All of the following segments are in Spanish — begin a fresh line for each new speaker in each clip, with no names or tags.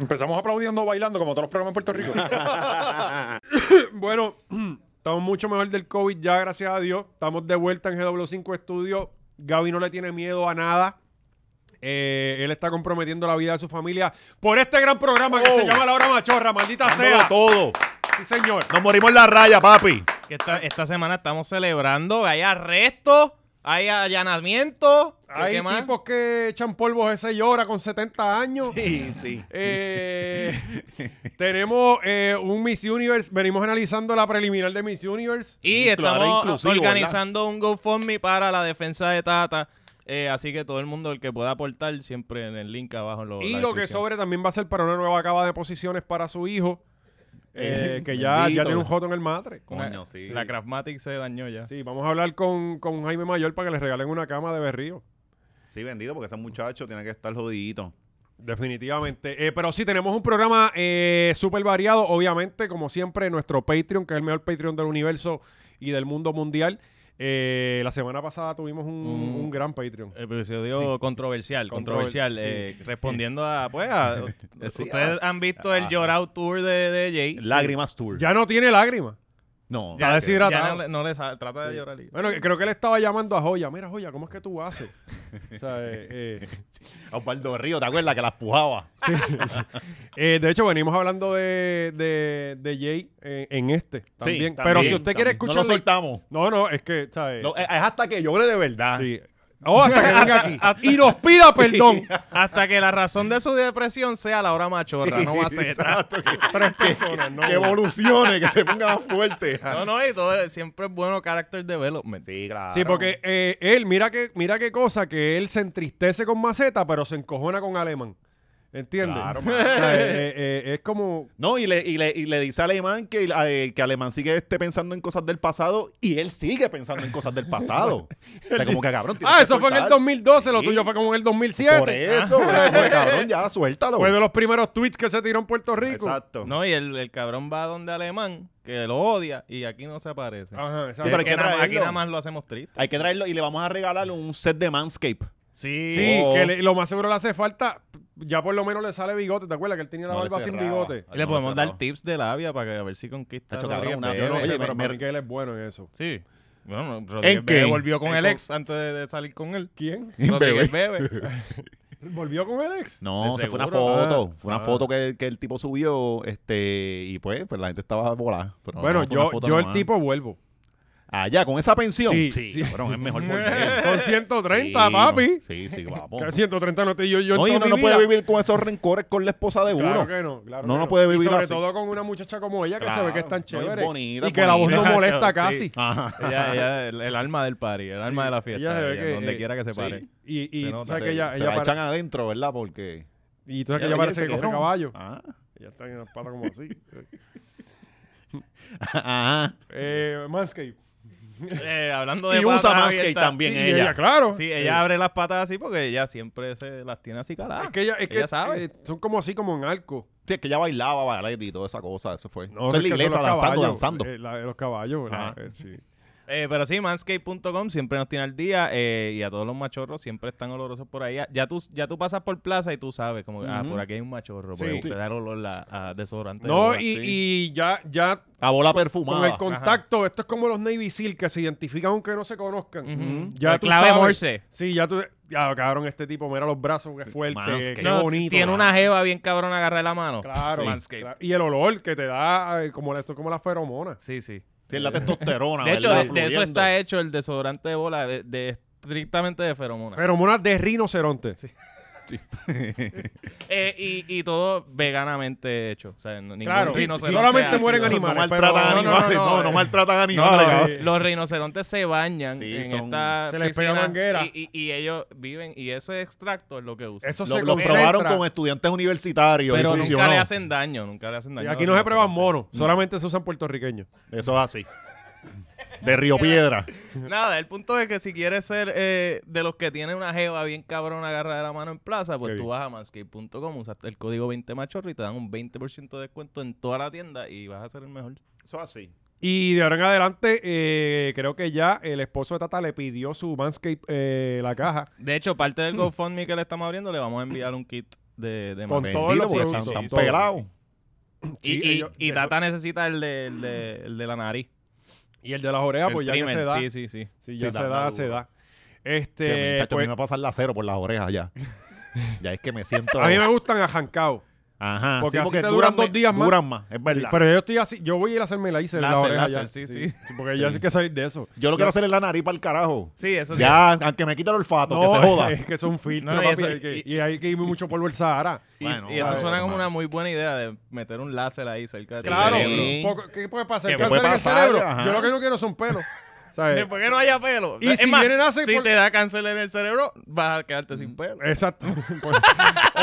Empezamos aplaudiendo, bailando, como todos los programas en Puerto Rico. bueno, estamos mucho mejor del COVID ya, gracias a Dios. Estamos de vuelta en GW5 Studio. Gaby no le tiene miedo a nada. Eh, él está comprometiendo la vida de su familia por este gran programa que
Oh.
se llama La Hora Machorra, maldita sea.
todo.
Sí, señor.
Nos morimos en la raya, papi.
Que esta, esta semana estamos celebrando, hay arrestos, hay allanamientos,
Hay
¿qué más?
tipos que echan polvos de 6 horas con 70 años.
Sí, sí.
Eh, tenemos eh, un Miss Universe. Venimos analizando la preliminar de Miss Universe.
Y
Inclu- ahora
estamos
inclusivo,
organizando un GoFundMe para la defensa de Tata. eh, así que todo el mundo, el que pueda aportar, siempre en el link abajo. En lo-
Y
la
lo que
descripción.
sobre también va a ser para una nueva cava de posiciones para su hijo. eh,
Eh,
que ya, ya
bendito.
tiene un joto en el matre.
Coño, sí.
La Craftmatic se dañó ya.
Sí, vamos a hablar con, con Jaime Mayor para que le regalen una cama de berrío.
Sí, bendito, porque ese muchacho tiene que estar jodidito.
Definitivamente. Eh, pero sí, tenemos un programa eh, súper variado. Obviamente, como siempre, nuestro Patreon, que es el mejor Patreon del universo y del mundo mundial. Eh, la semana pasada tuvimos un,
Mm.
un gran Patreon.
Episodio controversial, controversial.
Controver-
eh, respondiendo a, pues, a-
Sí,
ustedes han visto el
ajá.
Llor Out Tour de, de Jay.
Lágrimas Tour.
Ya no tiene lágrimas.
No.
Ya. está deshidratado.
no, le- no le sa- trata de llorar. y-
Bueno, creo que le estaba llamando a Joya. Mira, Joya, ¿cómo es que tú haces? O sea, eh, eh,
A Osvaldo Río, ¿te acuerdas que las pujaba?
sí, sí. Eh, de hecho, venimos hablando de, de, de Jay eh, en este también. Pero si usted quiere
No lo
escucharlo...
soltamos.
No, no, es que, ¿sabes?
No, ah. es es hasta que llore de verdad.
Sí. Oh, hasta que venga aquí. Y nos pida perdón.
Hasta que la razón de su depresión sea la hora machorra, no va a ser.
Exacto, que,
Tres personas, ¿no?
que evolucione, que se ponga más fuerte.
No, no, y todo, siempre es bueno character development.
Sí, claro.
Sí, porque eh, él, mira que, mira qué cosa, que él se entristece con Maceta, pero se encojona con Alemán. ¿Entiendes?
Claro,
O sea, eh, eh, eh, es como...
No, y le, y le, y le dice a Alemán que, eh, que Alemán sigue este, pensando en cosas del pasado y él sigue pensando en cosas del pasado. o sea, como que cabrón. tienes
Ah,
que
eso fue en el
soltar.
2012, lo
Sí.
tuyo fue como en el 2007.
Por eso,
Ah.
güey, como que, cabrón, ya suéltalo.
Fue de los primeros tweets que se tiró en Puerto Rico.
Exacto.
No, y el, el cabrón va donde alemán, que lo odia, y aquí no se aparece.
Ajá, exacto.
Ah, Sí, pero hay
Que
que
nada- aquí
traerlo.
nada más lo hacemos triste.
Hay que traerlo y le vamos a regalar un set de Manscape.
Sí.
Sí,
Oh.
que le- lo más seguro le hace falta, ya por lo menos le sale bigote, ¿te acuerdas? Que él tenía la
No le
barba sin
cerraba.
bigote.
Y le
Ah, No,
podemos
cerrado.
dar tips de labia para que a ver si conquista.
Tacho,
a
cabrón,
Rodríguez
una-
Bebe.
Yo no sé,
Ah, Oye,
pero
me-
para
me-
mí que él es bueno en eso.
Sí. Bueno,
¿En
Rodríguez
qué?
Bebe volvió con
¿En
el
co-
ex antes de, de salir con él.
¿Quién?
Rodríguez Bebe.
¿Volvió con el ex?
No,
De
se fue una
seguro.
foto.
Ah,
fue una
ah.
foto que, que el tipo subió este y pues, pues la gente estaba volada. Pero
bueno,
no, fue una
yo,
foto
yo el
nomás.
tipo vuelvo.
Allá, con esa pensión.
Sí, sí.
cabrón, es mejor volver.
Eh, Son 130,
Sí,
papi.
no, Sí, sí, vamos.
Que 130 no te yo, yo en
No, y
toda
uno
mi
no puede
vida.
vivir con esos rencores con la esposa de uno.
Claro que no, claro
No,
que
no puede
Y
vivir
sobre
así.
todo con una muchacha como ella que se ve
Claro,
que es
no,
tan
es
chévere
bonita,
y que la voz
bonita.
no molesta
Sí.
casi.
Ajá.
Ella, ella, el, el alma del party, el alma de la fiesta.
Ella se ve
ella,
que,
donde
eh,
quiera que se
sí.
pare.
Y, y
Se
tú
nota,
sabes
se,
que ella,
se
ella
la
pare-
echan adentro, ¿verdad? Porque.
y tú sabes que
Ya-
ella
ya
parece
se
que coge
quedaron.
caballo.
Ah.
Ella está en una pata como así.
Ajá.
eh, Manscape.
Eh, hablando de
Y usa
patas
Manscape
abiertas.
también
Sí,
ella.
claro. Eh,
Sí, ella abre las patas así porque ella siempre se las tiene así caladas.
Es que Ah, ella, es que,
Ella sabe.
eh, son como así, como en arco.
Sí, es que ella bailaba, ballet y toda esa cosa. Eso fue.
No,
eso es la
que son
iglesia,
los
danzando,
caballos,
danzando.
eh, la de los caballos. la-
Ajá.
eh, sí.
Eh, pero sí, manscape.com siempre nos tiene al día eh, y a todos los machorros siempre están olorosos por ahí. Ya tú, ya tú pasas por plaza y tú sabes como, que, ah,
Ujú.
por aquí hay un machorro,
Sí.
porque te da olor a, a desodorante. de
No,
boda,
y,
sí.
y ya, ya
La bola
con
perfumada.
el contacto, esto es como los Navy Seal que se identifican aunque no se conozcan.
Ujú.
Ya
Pues
El
tú
clave
sabes.
Morse.
Sí, ya tú. Ya, cabrón, este tipo, mira los brazos, que fuerte,
Manscaped.
qué
No,
bonito.
Tiene una jeva bien cabrón agarrar la mano.
Claro,
Sí.
Manscaped. Claro. Y el olor que te da, eh, como, la- esto es como la feromona.
Sí, sí.
Sí,
Eh,
es la testosterona.
De hecho,
¿verdad?
de, de eso
Fluyendo.
está hecho el desodorante de bola, de, de- estrictamente de feromonas.
Feromona de rinoceronte.
Eh, y, y todo veganamente hecho. O sea, no- ningún
Claro,
rinoceronte
solamente
ha
mueren
sido-
animales.
No
pero-
maltratan
no, no, no,
animales.
no,
No,
eh.
no maltratan
No, no, eh.
animales. ¿ah? cabrón.
sí.
Los rinocerontes se bañan
Sí,
en
son-
esta
Se les pega
piscina
manguera.
Y, y- y ellos viven, y ese extracto es lo que usan.
Eso
Lo,
se
lo probaron
concentra.
con estudiantes universitarios
Pero
y
nunca
funcionó.
le hacen daño, nunca le hacen
Y
daño.
aquí
a
no
los
se prueban
rinocerontes.
monos, solamente se usan puertorriqueños.
Eso es así. De Río Piedra.
Nada, el punto es que si quieres ser eh, de los que tienen una jeva bien cabrón agarra de la mano en plaza, pues
Qué
tú
bien.
vas a manscape.com, usas el código 20machorro y te dan un 20% de descuento en toda la tienda y vas a ser el mejor.
Eso es así.
Y de ahora en adelante, eh, creo que ya el esposo de Tata le pidió su Manscape eh, la caja.
Hmm. De hecho, parte del GoFundMe que le estamos abriendo, le vamos a enviar un kit de, de
Con
Manscaped.
todos los
porque
productos.
están tan
Todos.
pegados.
Sí,
Y, y-
ellos-
y
eso-
Tata necesita el de, el de- el de la nariz.
Y el de las orejas,
el
pues ya que
trimmer,
se da.
sí, sí, sí.
Sí, ya
Sí,
se
da,
da,
da
se
duro.
da.
Sí, a mí,
Este,
tacho, a
pues,
mí me va a pasar la cero por las orejas ya. Ya es que me siento.
a mí me gustan ajancados.
Ajá.
porque
sí,
así te duran
me-
dos días más.
Duran más, es verdad.
pero yo estoy así, yo voy a ir a hacerme la hice en la
Láser,
oreja ya.
láser, sí, sí.
Porque ya
Sí.
hay que salir de eso.
Yo lo quiero hacer en la nariz para el carajo.
Sí, eso sí.
Ya, aunque me quite el olfato, que se joda.
es que es un filtro,
No, y
papi,
eso-
hay que-
y-
y, hay que ir mucho polvo el Sahara.
Y,
Bueno,
y eso
claro,
suena como
hermano.
una muy buena idea de meter un láser ahí cerca de tu
Claro,
cerebro.
Sí.
poco- ¿qué puede pasar?
¿Qué
¿Cáncer
puede
en el
pasar?
cerebro?
Ajá.
Yo lo que no quiero son pelos. ¿sabes?
Después que no haya pelo.
Y
Es
si
más,
vienen a hacer
Eh. si
por-
te da cáncer en el cerebro, vas a quedarte sin pelo.
Exacto. Pues,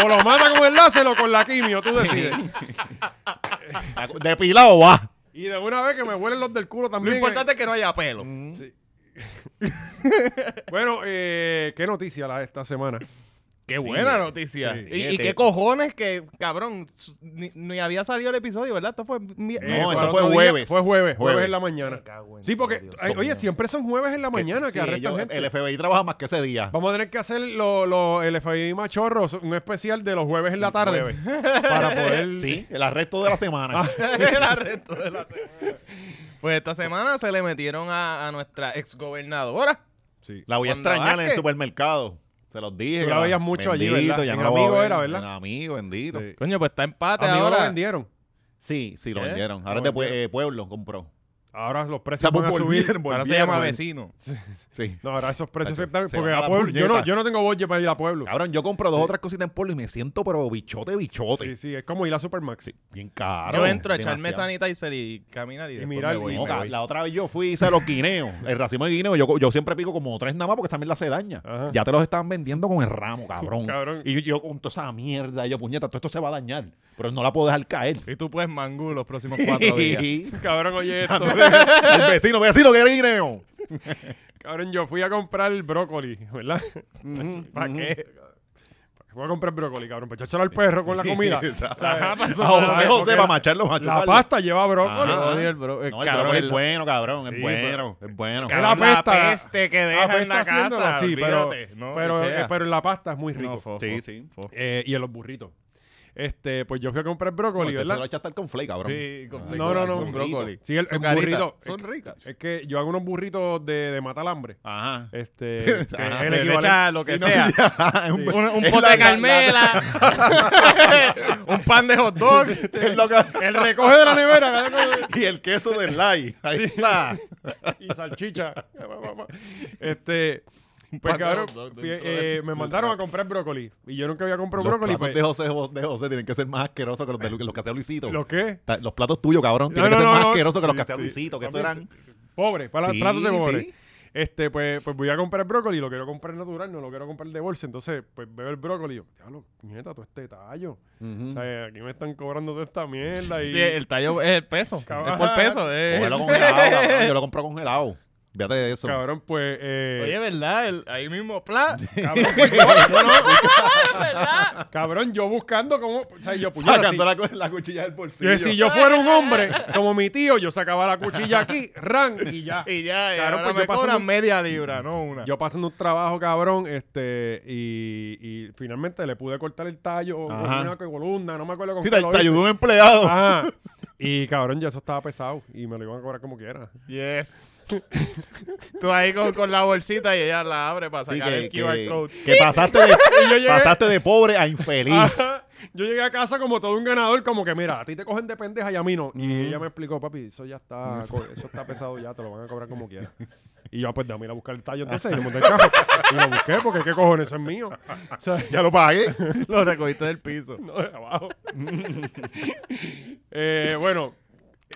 o lo mata con el láser o con la quimio, tú decides.
Depilado va.
Y de una vez que me huelen los del culo
Lo
también.
importante es que no haya pelo.
Mm.
Bueno, eh, qué noticia la de esta semana.
Qué buena noticia.
sí.
y, y
Este-
qué cojones que, cabrón, su- ni, ni había salido el episodio, ¿verdad? Esto fue... mi-
Eh,
No,
para
eso
otro
fue
día.
jueves.
Fue jueves, jueves
Jueves.
en la mañana. Sí, porque, ay, oye, siempre son jueves en la mañana que,
Sí,
arrestan
yo-
gente.
El FBI trabaja más que ese día.
Vamos a tener que hacer lo, lo- el FBI machorros, un especial de los jueves en la tarde. Para poder.
Sí, el arresto de la semana.
El arresto de la semana. Pues esta semana se le metieron a, a nuestra exgobernadora.
Sí.
La voy a
Wanda
extrañar en el
Vázquez.
supermercado. Se los dije.
Tú
que
la veías mucho allí,
bendito,
¿verdad?
ya
En
no la voy a
Amigo
ver.
era, ¿verdad?
En amigo, bendito.
Sí.
Coño, pues está empate
Amigo, lo
ahora.
vendieron.
Sí, sí, lo
¿Eh?
vendieron. Ahora
Lo
es de Pue-
vendieron.
eh, Pueblo, compró.
Ahora los precios
Estamos
van a subir.
volviendo,
Ahora se
volviendo.
llama vecino.
Sí.
No, ahora esos precios
Tacho,
se están.
se
Porque
van a
a
la
Pueblo- yo, no,
puñeta.
yo no tengo bolche para ir a pueblo.
Cabrón, yo compro dos o tres cositas en Pueblo y me siento pero bichote, bichote.
Sí, sí, es como ir a Supermax.
Bien caro.
Yo entro a echarme
demasiado.
sanitizer y caminar y, después
mirar
me voy.
y-
No,
me
ca-
voy.
la otra vez yo fui y hice los guineos, el racimo de guineos. Yo, yo siempre pico como tres nada más porque esa mierda se daña.
Ajá.
Ya te los estaban vendiendo con el ramo, cabrón.
Cabrón.
Y yo, yo con toda esa mierda, yo puñeta, todo esto se va a dañar. Pero no la puedo dejar caer.
Y tú puedes mangú los próximos cuatro días.
Cabrón, oye esto.
el vecino, vecino, que era guineo.
Cabrón, yo fui a comprar el brócoli, ¿verdad?
¿Para
qué? Fui a comprar brócoli, cabrón, para echárselo al perro con la comida. O sea,
a
para eso-
José,
porque
José, para macharlo, para
La
chuparlo.
pasta lleva brócoli.
Ajá.
Joder, el bro- Ah, el
No, el
cabrón,
brócoli
el-
es bueno, cabrón, es
Sí, pues,
bueno, es bueno.
Cabrón, apesta.
que
Apesta haciéndolo, sí, pero,
olvídate, no,
pero,
pichea.
eh, pero en la pasta es muy
No,
rico.
fo-
Sí, sí.
Eh, y en los burritos. Este, pues yo fui a comprar brócoli,
Porque Se
¿verdad?
lo echa hasta el conflay, cabrón.
Sí, con
No,
frijol,
no, no.
con brócoli.
Sí, el-
Son
el
caritas,
burrito.
Son ricas.
Es que yo hago unos burritos de, de matar hambre.
Ajá.
Este, que
Ajá.
es el
Ah, Le
equivalente-
echa lo que
Sí, no,
sea.
Es un-
Un, un
es
pote
la-
de
la-
carmela. un pan de hot dog.
la- es lo que-
el recoge de la nevera. cada cosa-
y el queso del light. Ahí está.
y salchicha. este. Pues
pan de
cabrón,
hot dog
fui-
dentro de-
eh, me mandaron a comprar brócoli. Y yo nunca había comprado
Los
brócoli.
platos
pues,
de José, de José tienen que ser más asquerosos que los, de, Lu- los que hacía Luisito.
¿Lo qué?
Ta- Los platos tuyos, cabrón, tienen
No, no,
que ser
no,
más
no.
asquerosos que los
Sí,
que hacía
sí.
Luisito, que eso
También
eran...
Pobre, para
Sí,
platos de pobre.
sí.
Este, pues, pues voy a comprar brócoli, lo quiero comprar natural, no lo quiero comprar de bolsa. Entonces, pues veo el brócoli y yo, diablo, nieta, todo este tallo. O sea, aquí me están cobrando toda esta mierda. Y...
Mm. Sí, el tallo es el peso. Es
Cabrón.
por peso. eh.
Cógelo congelado, cabrón, yo lo compro congelado. Fíjate de eso.
Cabrón, pues. eh,
Oye, ¿verdad? El- ahí mismo, pla.
Cabrón, pues, yo, no, no. Cabrón, yo buscando como. O sea, yo, puñeta, si-
Sacando la, cu- la cuchilla del bolsillo.
que si yo fuera un hombre, como mi tío, yo sacaba la cuchilla aquí, ran, y ya.
Y ya, y
Claro,
ahora
pues yo
me
paso
cobran
un-
media libra, no una.
Yo pasando un trabajo, cabrón, este, y, y finalmente le pude cortar el tallo, o
Ajá.
una columna, no me acuerdo con
Sí,
qué
te,
lo hice.
te
Ah,
ayudó un empleado.
Ajá. Y cabrón, ya eso estaba pesado y me lo iban a cobrar como quiera.
Yes. Tú ahí con, con la bolsita y ella la abre para
Así
sacar
que,
el QR
que,
code.
que pasaste, de,
Y yo llegué-
pasaste de pobre a infeliz.
Ajá. Yo llegué a casa como todo un ganador, como que mira, a ti te cogen de pendeja y a mí no. Y ella me explicó, papi, eso ya está, co- eso está pesado ya, te lo van a cobrar como quieras. Y yo, ah, pues dame ir a buscar el tallo entonces y lo monté en el carro. Y lo busqué porque qué cojones, eso es mío. O sea,
Ya lo pagué.
Lo recogiste del piso.
no, de abajo. Eh, bueno.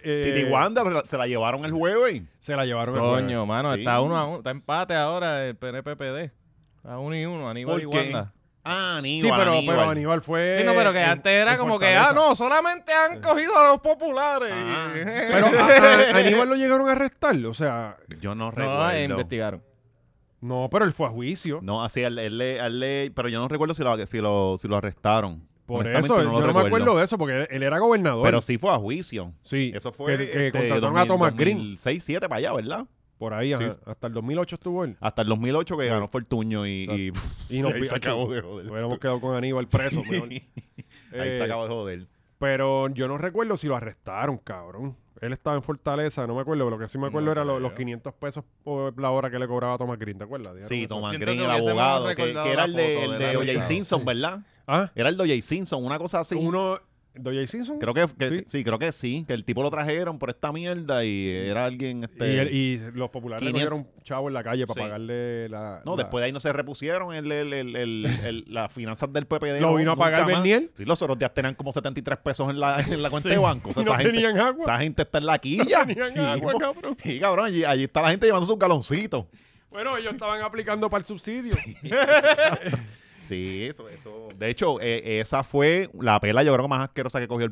eh,
Titi Wanda se la- se la llevaron el jueves.
Se la llevaron el
Coño, mano,
Sí.
está uno a uno. Está empate ahora el PNPPD. A uno y uno, Aníbal y
¿Por qué?
Wanda.
Ah, Aníbal.
Sí, pero
Aníbal.
pero Aníbal fue.
Sí, no, pero que
en-
antes era
en
como que,
Fortaleza.
ah, no, solamente han cogido a los populares.
Ah.
Pero a, a- a Aníbal lo llegaron a arrestar, o sea.
Yo no
no, eh,
recuerdo.
investigaron.
No, pero él fue a juicio.
No, así, él, él le- él le- pero yo no recuerdo si lo, si lo, si lo arrestaron.
Por
Honestamente,
eso,
lo
yo no me acuerdo de eso, porque él, él era gobernador.
Pero sí fue a juicio.
sí,
Eso fue.
Que, que
este,
contrataron a
2000,
Thomas Green.
2006, 2007 para allá, ¿verdad?
Por ahí, ajá.
Sí.
hasta el 2008 estuvo él.
Hasta el 2008 que ganó Fortuño y, y,
Y nos
ahí
pi-
se acabó
achu,
de joder.
Hubiéramos quedado con Aníbal preso, mejor.
ahí
Eh,
se acabó de joder.
Pero yo no recuerdo si lo arrestaron, cabrón. Él estaba en Fortaleza, no me acuerdo. pero Lo que sí me acuerdo
No
era lo- los
creo.
500 pesos por la hora que le cobraba Thomas Green, ¿te acuerdas? Dijeron
Sí,
eso.
Thomas
Siento
Green,
que
el
hubiésemos
abogado, que,
recordado
que era
la
el de,
foto
el
de
de
la
O.J.
lucha.
Simpson, ¿verdad?
Ah,
Era el de O.J. Simpson, una cosa así.
uno... ¿Doy Simpson?
Creo que, que-
Sí.
sí. creo que sí, que el tipo lo trajeron por esta mierda y era alguien este
Y, él- y los populares le
500.
cogieron chavo en la calle para
Sí.
pagarle la...
No,
la-
después de ahí no se repusieron el, el, el, el- el- las finanzas del PPD.
Lo
no,
vino a
nunca
pagar
más.
Berniel.
Sí, los otros días tenían como 73 pesos en la, en la cuenta
Sí.
de banco. O sea,
no
esa, gente,
tenían agua.
esa gente está en la quilla.
tenían
sí,
agua,
po.
cabrón.
Sí, cabrón, allí, allí está la gente llevando sus galoncitos.
Bueno, ellos estaban aplicando para el subsidio.
Sí, eso, eso. De hecho, eh, esa fue la pela, yo creo, más asquerosa que cogió el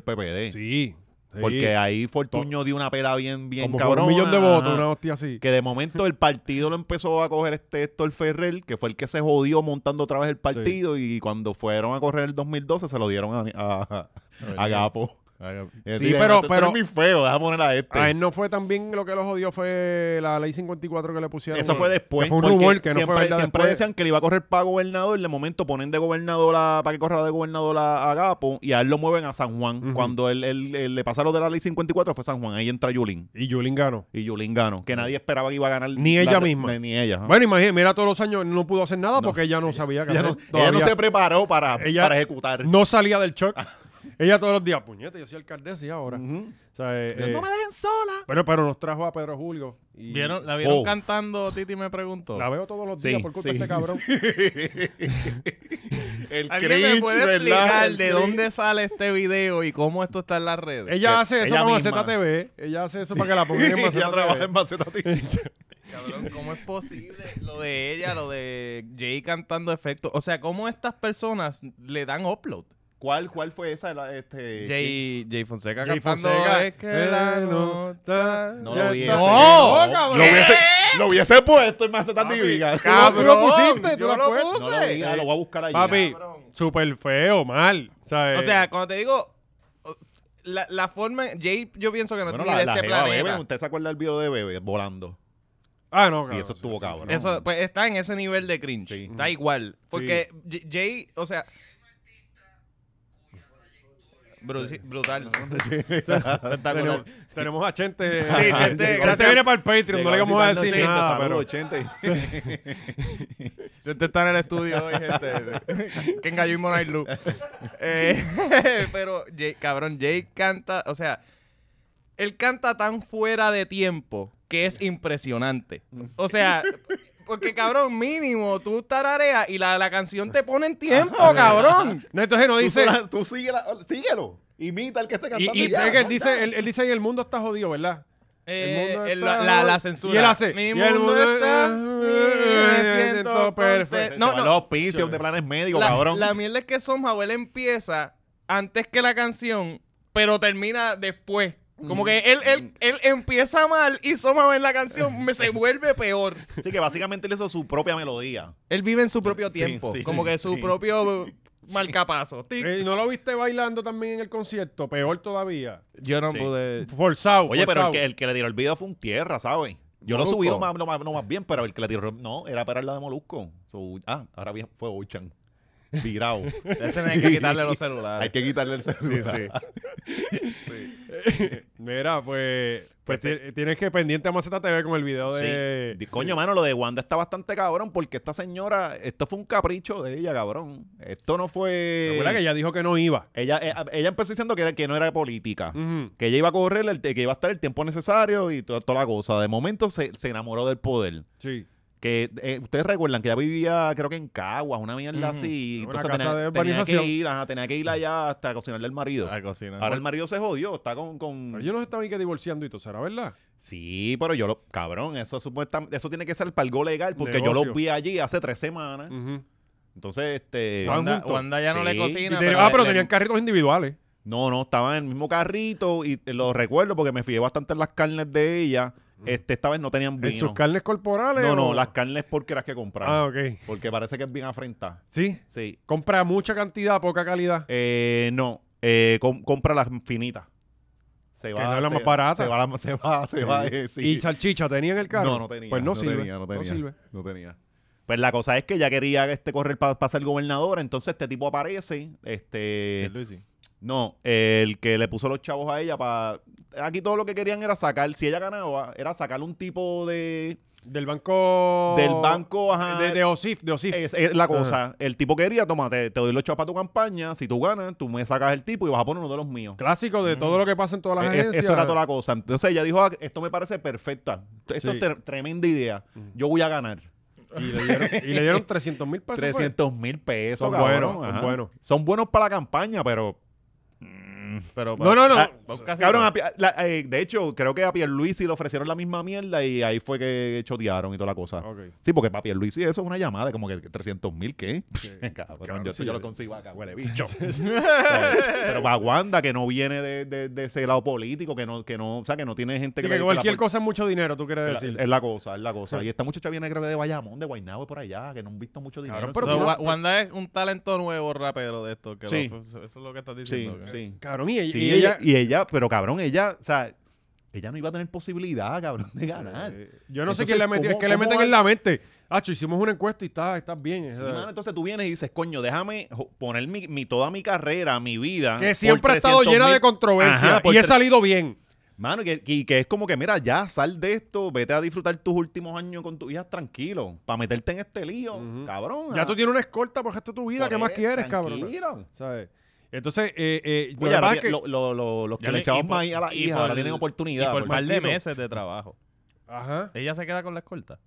Sí.
PPD.
sí.
Porque ahí Fortuño dio una pela bien, bien
Como por
cabrona.
un millón de votos,
ajá.
una hostia así.
Que de momento el partido lo empezó a coger este Héctor Ferrer, que fue el que se jodió montando otra vez el partido. Y cuando fueron a correr el 2012 se lo dieron a, a, a Gapo.
Sí,
Dile,
pero-
"Tú eres
pero-
muy feo, déjame poner a este.
A él no fue tan bien lo que los jodió fue la ley 54 que le pusieron.
Eso fue después.
Que fue un
porque
rumor que no fue
siempre,
verdad
siempre
después.
decían que le iba a correr para gobernador. De momento ponen de gobernador a- para que corra de gobernador a, a Gapo y a él lo mueven a San Juan.
Ujú.
Cuando él, él- él le pasa lo de la ley 54 fue San Juan. Ahí entra Yulín.
Y Yulín ganó.
Y Yulín ganó. Que nadie esperaba que iba a ganar.
Ni
la-
ella misma.
Ni ella. ajá.
Bueno, imagínate, mira todos los años no pudo hacer nada
Ah. No.
porque ella no sabía que
ella, no,
hacer
ella
todavía.
no se Ah. preparó para,
Ella-
para ejecutar.
No salía del shock. ella todos los días, puñete, yo soy alcaldesa y ahora.
Ujú.
O sea, eh,
Ella,
eh,
Mm. "No me dejen sola.
pero, pero nos trajo a Pedro Julio. y
¿Vieron, ¿La vieron
Oh.
cantando? Titi me preguntó.
La veo todos los
Sí,
días por culpa
sí.
de este cabrón.
El
¿Alguien me
cringe,
puede
¿verdad?
explicar
El
de
cringe.
dónde sale este video y cómo esto está en las redes?
Ella hace eso
Ella
para
misma.
ZTV. Ella hace eso para que la pongan en
Ella trabaja
ZTV.
en Maceta TV.
Cabrón, ¿cómo es posible lo de ella, lo de Jay cantando efectos? O sea, ¿cómo estas personas le dan upload?
¿Cuál, ¿Cuál fue esa? La, este,
Jay, Jay Fonseca
Jay
cantando
Fonseca,
es que la
eh, no,
nota
No
Ya
lo vi.
está.
ese.
¡No!
¡No, cabrón!
Lo hubiese, lo hubiese puesto en Maceta
Papi,
TV.
Tú lo- tú lo pusiste, tú
yo
lo
lo
puedes.
puse.
No lo vi, ah, lo voy a buscar allí.
Papi,
Cabrón.
súper feo, mal. ¿sabes?
O sea, cuando te digo o- la, la forma en- Jay yo pienso que no
Bueno,
tiene
la,
de
la
este
jeva
planeta.
Bebe, ¿usted se acuerda del video de Bebe volando?
ah, no, cabrón,
eso estuvo cabrón.
Eso pues está en ese nivel de cringe.
Sí.
Está igual, porque J- Jay, o sea, Bru- brutal.
Tenemos,
Espectacular.
tenemos a Chente.
Sí, Chente,
Chente
gracias.
viene para el Patreon, no le vamos a decir nada.
Saludos,
pero-
Chente.
Gente está en el estudio hoy, gente. que engalló y Monay Lu. Eh, pero, Jay- cabrón, Jay canta, o sea, él canta tan fuera de tiempo que es impresionante. O sea, porque, cabrón, mínimo, tú tarareas y la, la canción te pone en tiempo, cabrón.
Ah, No, entonces no
Tú,
dice.
sola- tú síguela- síguelo. Imita al que esté
Y,
cantando.
y
ya,
es que él
ya.
dice, él, él dice, y el mundo está jodido, ¿verdad?
Eh,
mundo
el-
está-
la, la censura.
Y él hace,
Mi
y el
mundo,
mundo
está.
está-
Me
perfecto.
siento perfecto.
Se
No,
van
no.
Los auspicios de planes médicos,
la,
cabrón.
la mierda es que somehow él empieza antes que la canción, pero termina después. Como que él, él, él empieza mal y somehow en la canción me- se vuelve peor.
Así que básicamente él hizo su propia melodía.
Él vive en su propio
Sí,
tiempo.
sí,
como
sí,
que su
sí.
propio eh, marcapaso. Tic.
Eh, ¿Y no lo viste bailando también en el concierto? Peor todavía.
Yo no
sí.
pude.
Forzado.
Oye, pero el
forzado.
que, el que le tiró el video fue un tierra, ¿sabes? Yo lo
Molusco.
subí lo más, lo más- lo más bien, pero el que le tiró. No, era para la de Molusco. So, ah, ahora bien fue Ochan. Virado.
Ese hay que quitarle los celulares.
Hay que quitarle el celular.
Mira, pues. Pues
Pues,
ti- tienes que pendiente a Maceta TV con el video
Sí.
de.
Di- Coño, mano, lo de Wanda está bastante cabrón porque esta señora, esto fue un capricho de ella, cabrón. Esto no fue.
Recuerda que ella dijo que no iba.
Ella, eh, ella empezó diciendo que, era- que no era política.
Ujú.
Que ella iba a correr, el, que iba a estar el tiempo necesario y to- toda la cosa. De momento se, se enamoró del poder.
Sí.
Que eh, ustedes recuerdan que ella vivía, creo que en Caguas, una mierda
Ujú.
así.
Una
Entonces
casa de
tenía, tenía
urbanización.
que ir, ajá, tenía que ir allá hasta cocinarle al marido.
La cocina.
Ahora el marido se jodió, está con. con-
Pero yo no estaba ahí que divorciando y todo, ¿será verdad?
Sí, pero yo lo. Cabrón, eso supuestam- eso tiene que ser para algo legal, porque yo
Negocio.
los vi allí hace tres semanas.
Ujú.
Entonces, este.
Estaban
Wanda,
juntos.
Wanda ya no
Sí.
le
Y
cocina.
tenía- ah,
le-
pero
le-
tenían carritos individuales.
No, no, estaba en el mismo carrito y te lo recuerdo porque me fijé bastante en las carnes de ella. Este, esta vez no tenían
Mm. ¿En sus
vino.
carnes corporales?
No, no,
o-
las carnes porque las que compraron.
Ah, ok.
Porque parece que es bien afrentada.
Sí.
Sí.
Compra mucha cantidad, poca calidad.
Eh, no, eh, com- compra las finitas. Se
Que no es la
se-
más barata.
Se va, la- se va, se
Sí.
va. eh, sí.
¿Y salchicha tenía en el carro?
No, no tenía.
Pues no, sirve.
Tenía, no, tenía,
no sirve.
no tenía. Pues la cosa es que ya quería este correr para ser gobernador, entonces este tipo aparece, este...
Luisi.
No, el que le puso los chavos a ella para... Aquí todo lo que querían era sacar, si ella ganaba, era sacar un tipo de...
Del banco.
Del banco, ah, eh, ajá.
Oh, De, de OSIF, de OSIF.
Es, es la cosa. El tipo quería, toma, te, te doy los chavos para tu campaña, si tú ganas, tú me sacas el tipo y vas a poner uno de los míos.
Clásico de todo lo que pasa en todas las
Eh, Es-
agencias.
eso era toda la cosa. Entonces ella dijo, "Ah, esto me parece perfecta, esto
Sí.
es tre- tremenda idea, yo voy a ganar.
Y le dieron, y le dieron 300 mil pesos. pues. fue.
300 mil pesos.
Son
cabrón,
buenos, son
ajá.
buenos.
Son buenos para la campaña, pero.
Pero
No, no, no.
Ah,
Casi
Cabrón,
no.
a Pia- la- eh, de hecho, creo que a Pierluisi le ofrecieron la misma mierda y ahí fue que chotearon y toda la cosa.
Ok.
Sí, porque para Pierluisi eso es una llamada, como que 300 mil, ¿qué? cabrón,
Cabrón,
yo,
sí,
eso yo
yo-
lo consigo acá, huele bicho. pero para Wanda, que no viene de, de- de ese lado político, que no, que no, o sea, que no tiene gente
Sí,
le-
que
la
cualquier
pol-
cosa es mucho dinero, tú quieres
Es
decir.
la, es la cosa, es la cosa.
Sí.
Y esta muchacha viene, creo que de Bayamón, de Guaynabo, por allá, que no han visto mucho dinero.
Cabrón,
en
pero
su
So,
no-
vida.
Wa- Wanda es un talento nuevo rapero de esto. Que lo-
Sí.
eso es lo que estás
sí,
diciendo. que-
sí.
Cabrón, y,
Sí,
y ella.
ella, y ella, pero cabrón, ella, o sea, ella no iba a tener posibilidad, cabrón, de ganar.
yo no sé
eh, Entonces,
quién le metió. Es
¿cómo-
que le
cómo
meten
va-
en la mente. Hacho, hicimos una encuesta y estás está bien. o
Sí,
sea,
mano, entonces tú vienes y dices, coño, déjame jo- poner mi, mi- toda mi carrera, mi vida.
que
por
siempre ha estado
300
llena
mil-
de controversia.
Ajá, por
y he
tre-
salido bien.
Mano, que, y que es como que, mira, ya, sal de esto, vete a disfrutar tus últimos años con tu hija tranquilo, para meterte en este lío,
Ujú.
cabrón.
Ya
ah,
tú tienes una escolta por el resto de tu vida.
por
¿Qué más
él,
quieres, cabrón?
tranquilo.
¿Sabes? Entonces, eh, eh, lo
Oye,
que
ahora
pasa es
tiene-
que-
lo- lo- lo- los
Ya
que
le-
le
y
echamos
por-
más a la
y
hija
por
ahora
el-
tienen
Y
oportunidad.
por
por-
par de
poquito.
meses de trabajo.
Ajá.
Ella se queda con la escolta.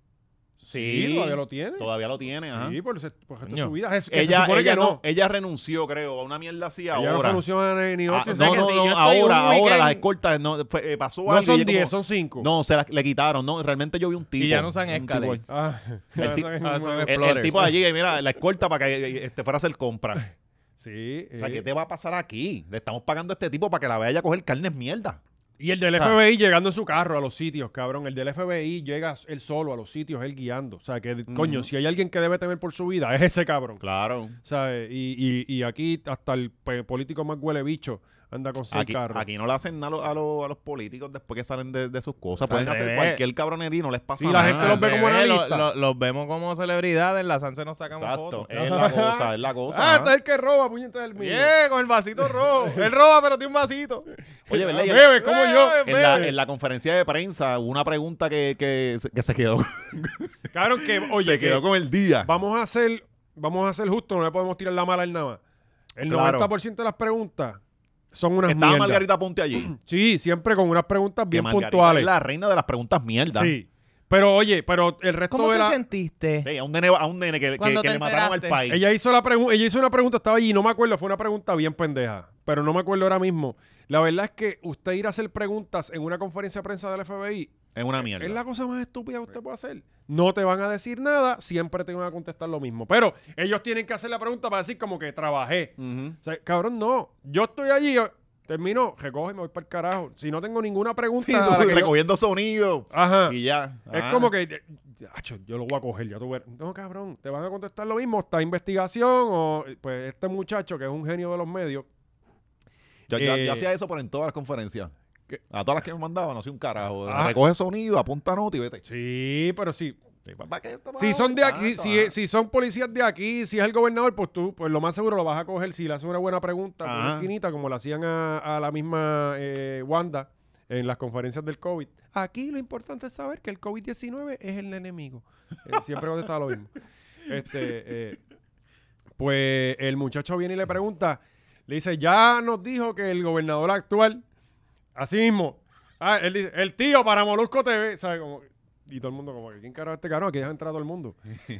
Sí, todavía lo tiene.
Todavía lo tiene, ajá.
Sí, por, el resto- por el resto de
Coño.
su vida. Es- que se
ella,
supone
ella
que
no, ella renunció, creo, a una mierda así
Ella no
ahora.
funciona ni
Ah,
otro.
o sea
no,
que
no,
si
no,
yo estoy
ahora,
un
ahora las
weekend-
escoltas, no, fue- eh, pasó
No
algo. y
son
ella como-
10, son 5.
No, se las, le quitaron, no, realmente yo vi un tipo.
Y ya no usan
un tipo
escalades.
ahí.
Ah,
El ti-
ah, son
nueve.
esp-
El, el tipo allí, mira, la escolta para que eh, este, fuera a hacer compra.
sí.
O sea,
eh.
¿qué te va a pasar aquí? Le estamos pagando a este tipo para que la vaya a coger carnes mierda.
Y el del
Ah.
FBI llegando en su carro a los sitios, cabrón. El del FBI llega él solo a los sitios, él guiando. O sea, que coño,
Ujú.
si hay alguien que debe temer por su vida, es ese cabrón.
Claro.
¿Sabes? Y, y, y aquí hasta el pe- político más huele bicho anda con seis
Aquí,
carros.
aquí no le hacen nada a, los- a los- a los políticos después que salen de, de sus cosas.
Al
Pueden hacer
revés.
cualquier cabronería y no les pasa
Y la
nada.
gente los ve como
Al revés, Ah, eh, lo-
analistas.
lo- Los vemos como celebridades. En la Sanse nos sacamos
Exacto.
fotos.
Es la cosa, es la cosa.
Ah,
ajá.
este es el que roba, puñeta del mío.
Yeah, con el vasito rojo. Él roba, pero tiene un vasito.
Oye, ¿verdad? Y el-
Bebe, como yo.
En la, en la conferencia de prensa hubo una pregunta que, que se- que se quedó,
Cabrón, que, oye,
se quedó
que
con el día.
vamos a hacer, vamos a hacer justo, no le podemos tirar la mala al nada más. El
Claro.
90% de las preguntas son unas
Estaba
mierdas.
Margarita Ponte allí.
Sí, siempre con unas preguntas
que
bien
Margarita
puntuales.
Es la reina de las preguntas mierda.
Sí. Pero oye, pero el resto de la...
sentiste?
Sí, a un nene, a un nene que, que-
Cuando
que
te
le mataron al
enteraste.
país.
Ella hizo, la pregu- ella hizo una pregunta, estaba allí, no me acuerdo, fue una pregunta bien pendeja, pero no me acuerdo ahora mismo. La verdad es que usted ir a hacer preguntas en una conferencia de prensa del FBI
es una mierda.
es la cosa más estúpida que usted puede hacer. No te van a decir nada, siempre te van a contestar lo mismo. Pero ellos tienen que hacer la pregunta para decir como que trabajé.
Ujú.
O sea, cabrón, no. Yo estoy allí, yo termino, recojo y me voy para el carajo. Si no tengo ninguna pregunta...
Sí,
a
tú
la que yo-
recogiendo sonido.
Ajá.
Y ya.
Es
Ah.
como que, eh, "Acho, yo lo voy a coger, ya tú verás. No, cabrón, te van a contestar lo mismo, está investigación o eh, pues este muchacho que es un genio de los medios.
Yo, yo-
eh,
yo hacía eso, pero en todas las conferencias.
¿Qué?
A todas las que me mandaban, no hacía un carajo.
Ah.
Recoge sonido, apunta nota y vete.
Sí, pero sí.
Sí, ¿para qué esto?
Si son de aquí,
Tanto,
si,
ah.
si son policías de aquí, si es el gobernador, pues tú, pues lo más seguro lo vas a coger si le haces una buena pregunta por una
Ajá.
esquinita, como le hacían a, a la misma eh, Wanda en las conferencias del COVID. Aquí lo importante es saber que el COVID-19 es el enemigo. Eh, siempre contestaba lo mismo. Este, eh, pues el muchacho viene y le pregunta, le dice, ya nos dijo que el gobernador actual, así mismo, ah, él dice, el tío para Molusco TV, ¿sabe? Como, y todo el mundo como, que, ¿quién carajo es este cabrón? Aquí deja entrar a todo el mundo.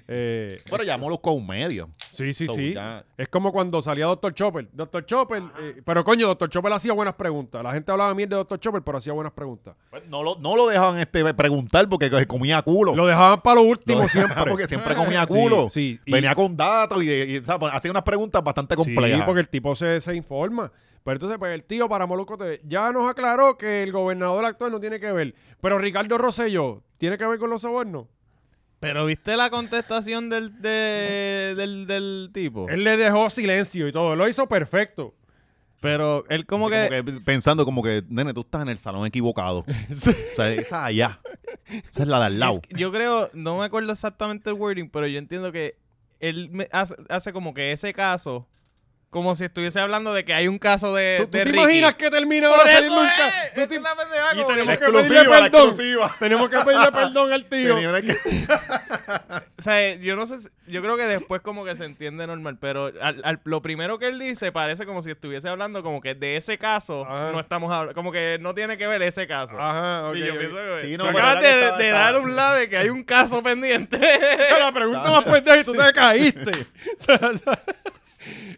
Eh,
Bueno, ya Molusco es un medio.
sí, sí,
So,
sí.
ya-
Es como cuando salía Dr. Chopper. Dr. Chopper, eh, pero coño, Dr. Chopper hacía buenas preguntas. La gente hablaba mierda de Dr. Chopper, pero hacía buenas preguntas.
Pues No lo, no lo dejaban este, preguntar porque co- comía culo.
Lo dejaban para lo último
Lo dejaban
siempre.
Porque siempre comía
Sí,
culo.
sí, y-
Venía con datos y, y, o sea, pues, hacía unas preguntas bastante complejas.
Sí, porque el tipo se, se informa. Pero entonces, pues el tío para Molusco TV ya nos aclaró que el gobernador actual no tiene que ver. Pero Ricardo Rosello, ¿tiene que ver con los sobornos?
Pero viste la contestación del, de- del, del tipo.
Él le dejó silencio y todo. Lo hizo perfecto.
Pero él como
Como
que...
que pensando como que, nene, tú estás en el salón equivocado. O sea, esa es allá. Esa es la de al lado.
Es que yo creo, no me acuerdo exactamente el wording, pero yo entiendo que él me hace, hace como que ese caso, como si estuviese hablando de que hay un caso de.
¿Tú, tú
Eh, de
te
Ricky.
imaginas que termina
Por
ahora
eso
saliendo un
es,
ca-
esa
tú
es
te-
la pendeja,
y
como
tenemos
que-
que pedirle perdón. Tenemos que pedirle perdón al tío.
Tenía una que-
O sea, yo no sé, si- yo creo que después como que se entiende normal, pero al- al- lo primero que él dice parece como si estuviese hablando como que de ese caso
Ajá.
no estamos hablando, como que no tiene que ver ese caso.
Ajá, Ah. ok.
y yo
ok.
pienso que
Sí, no,
se
pero era
acaban de,
que estaba-
de
estaba-
dar un lado de que hay un caso pendiente.
la pregunta más pendeja y tú te caíste. O sea, o sea,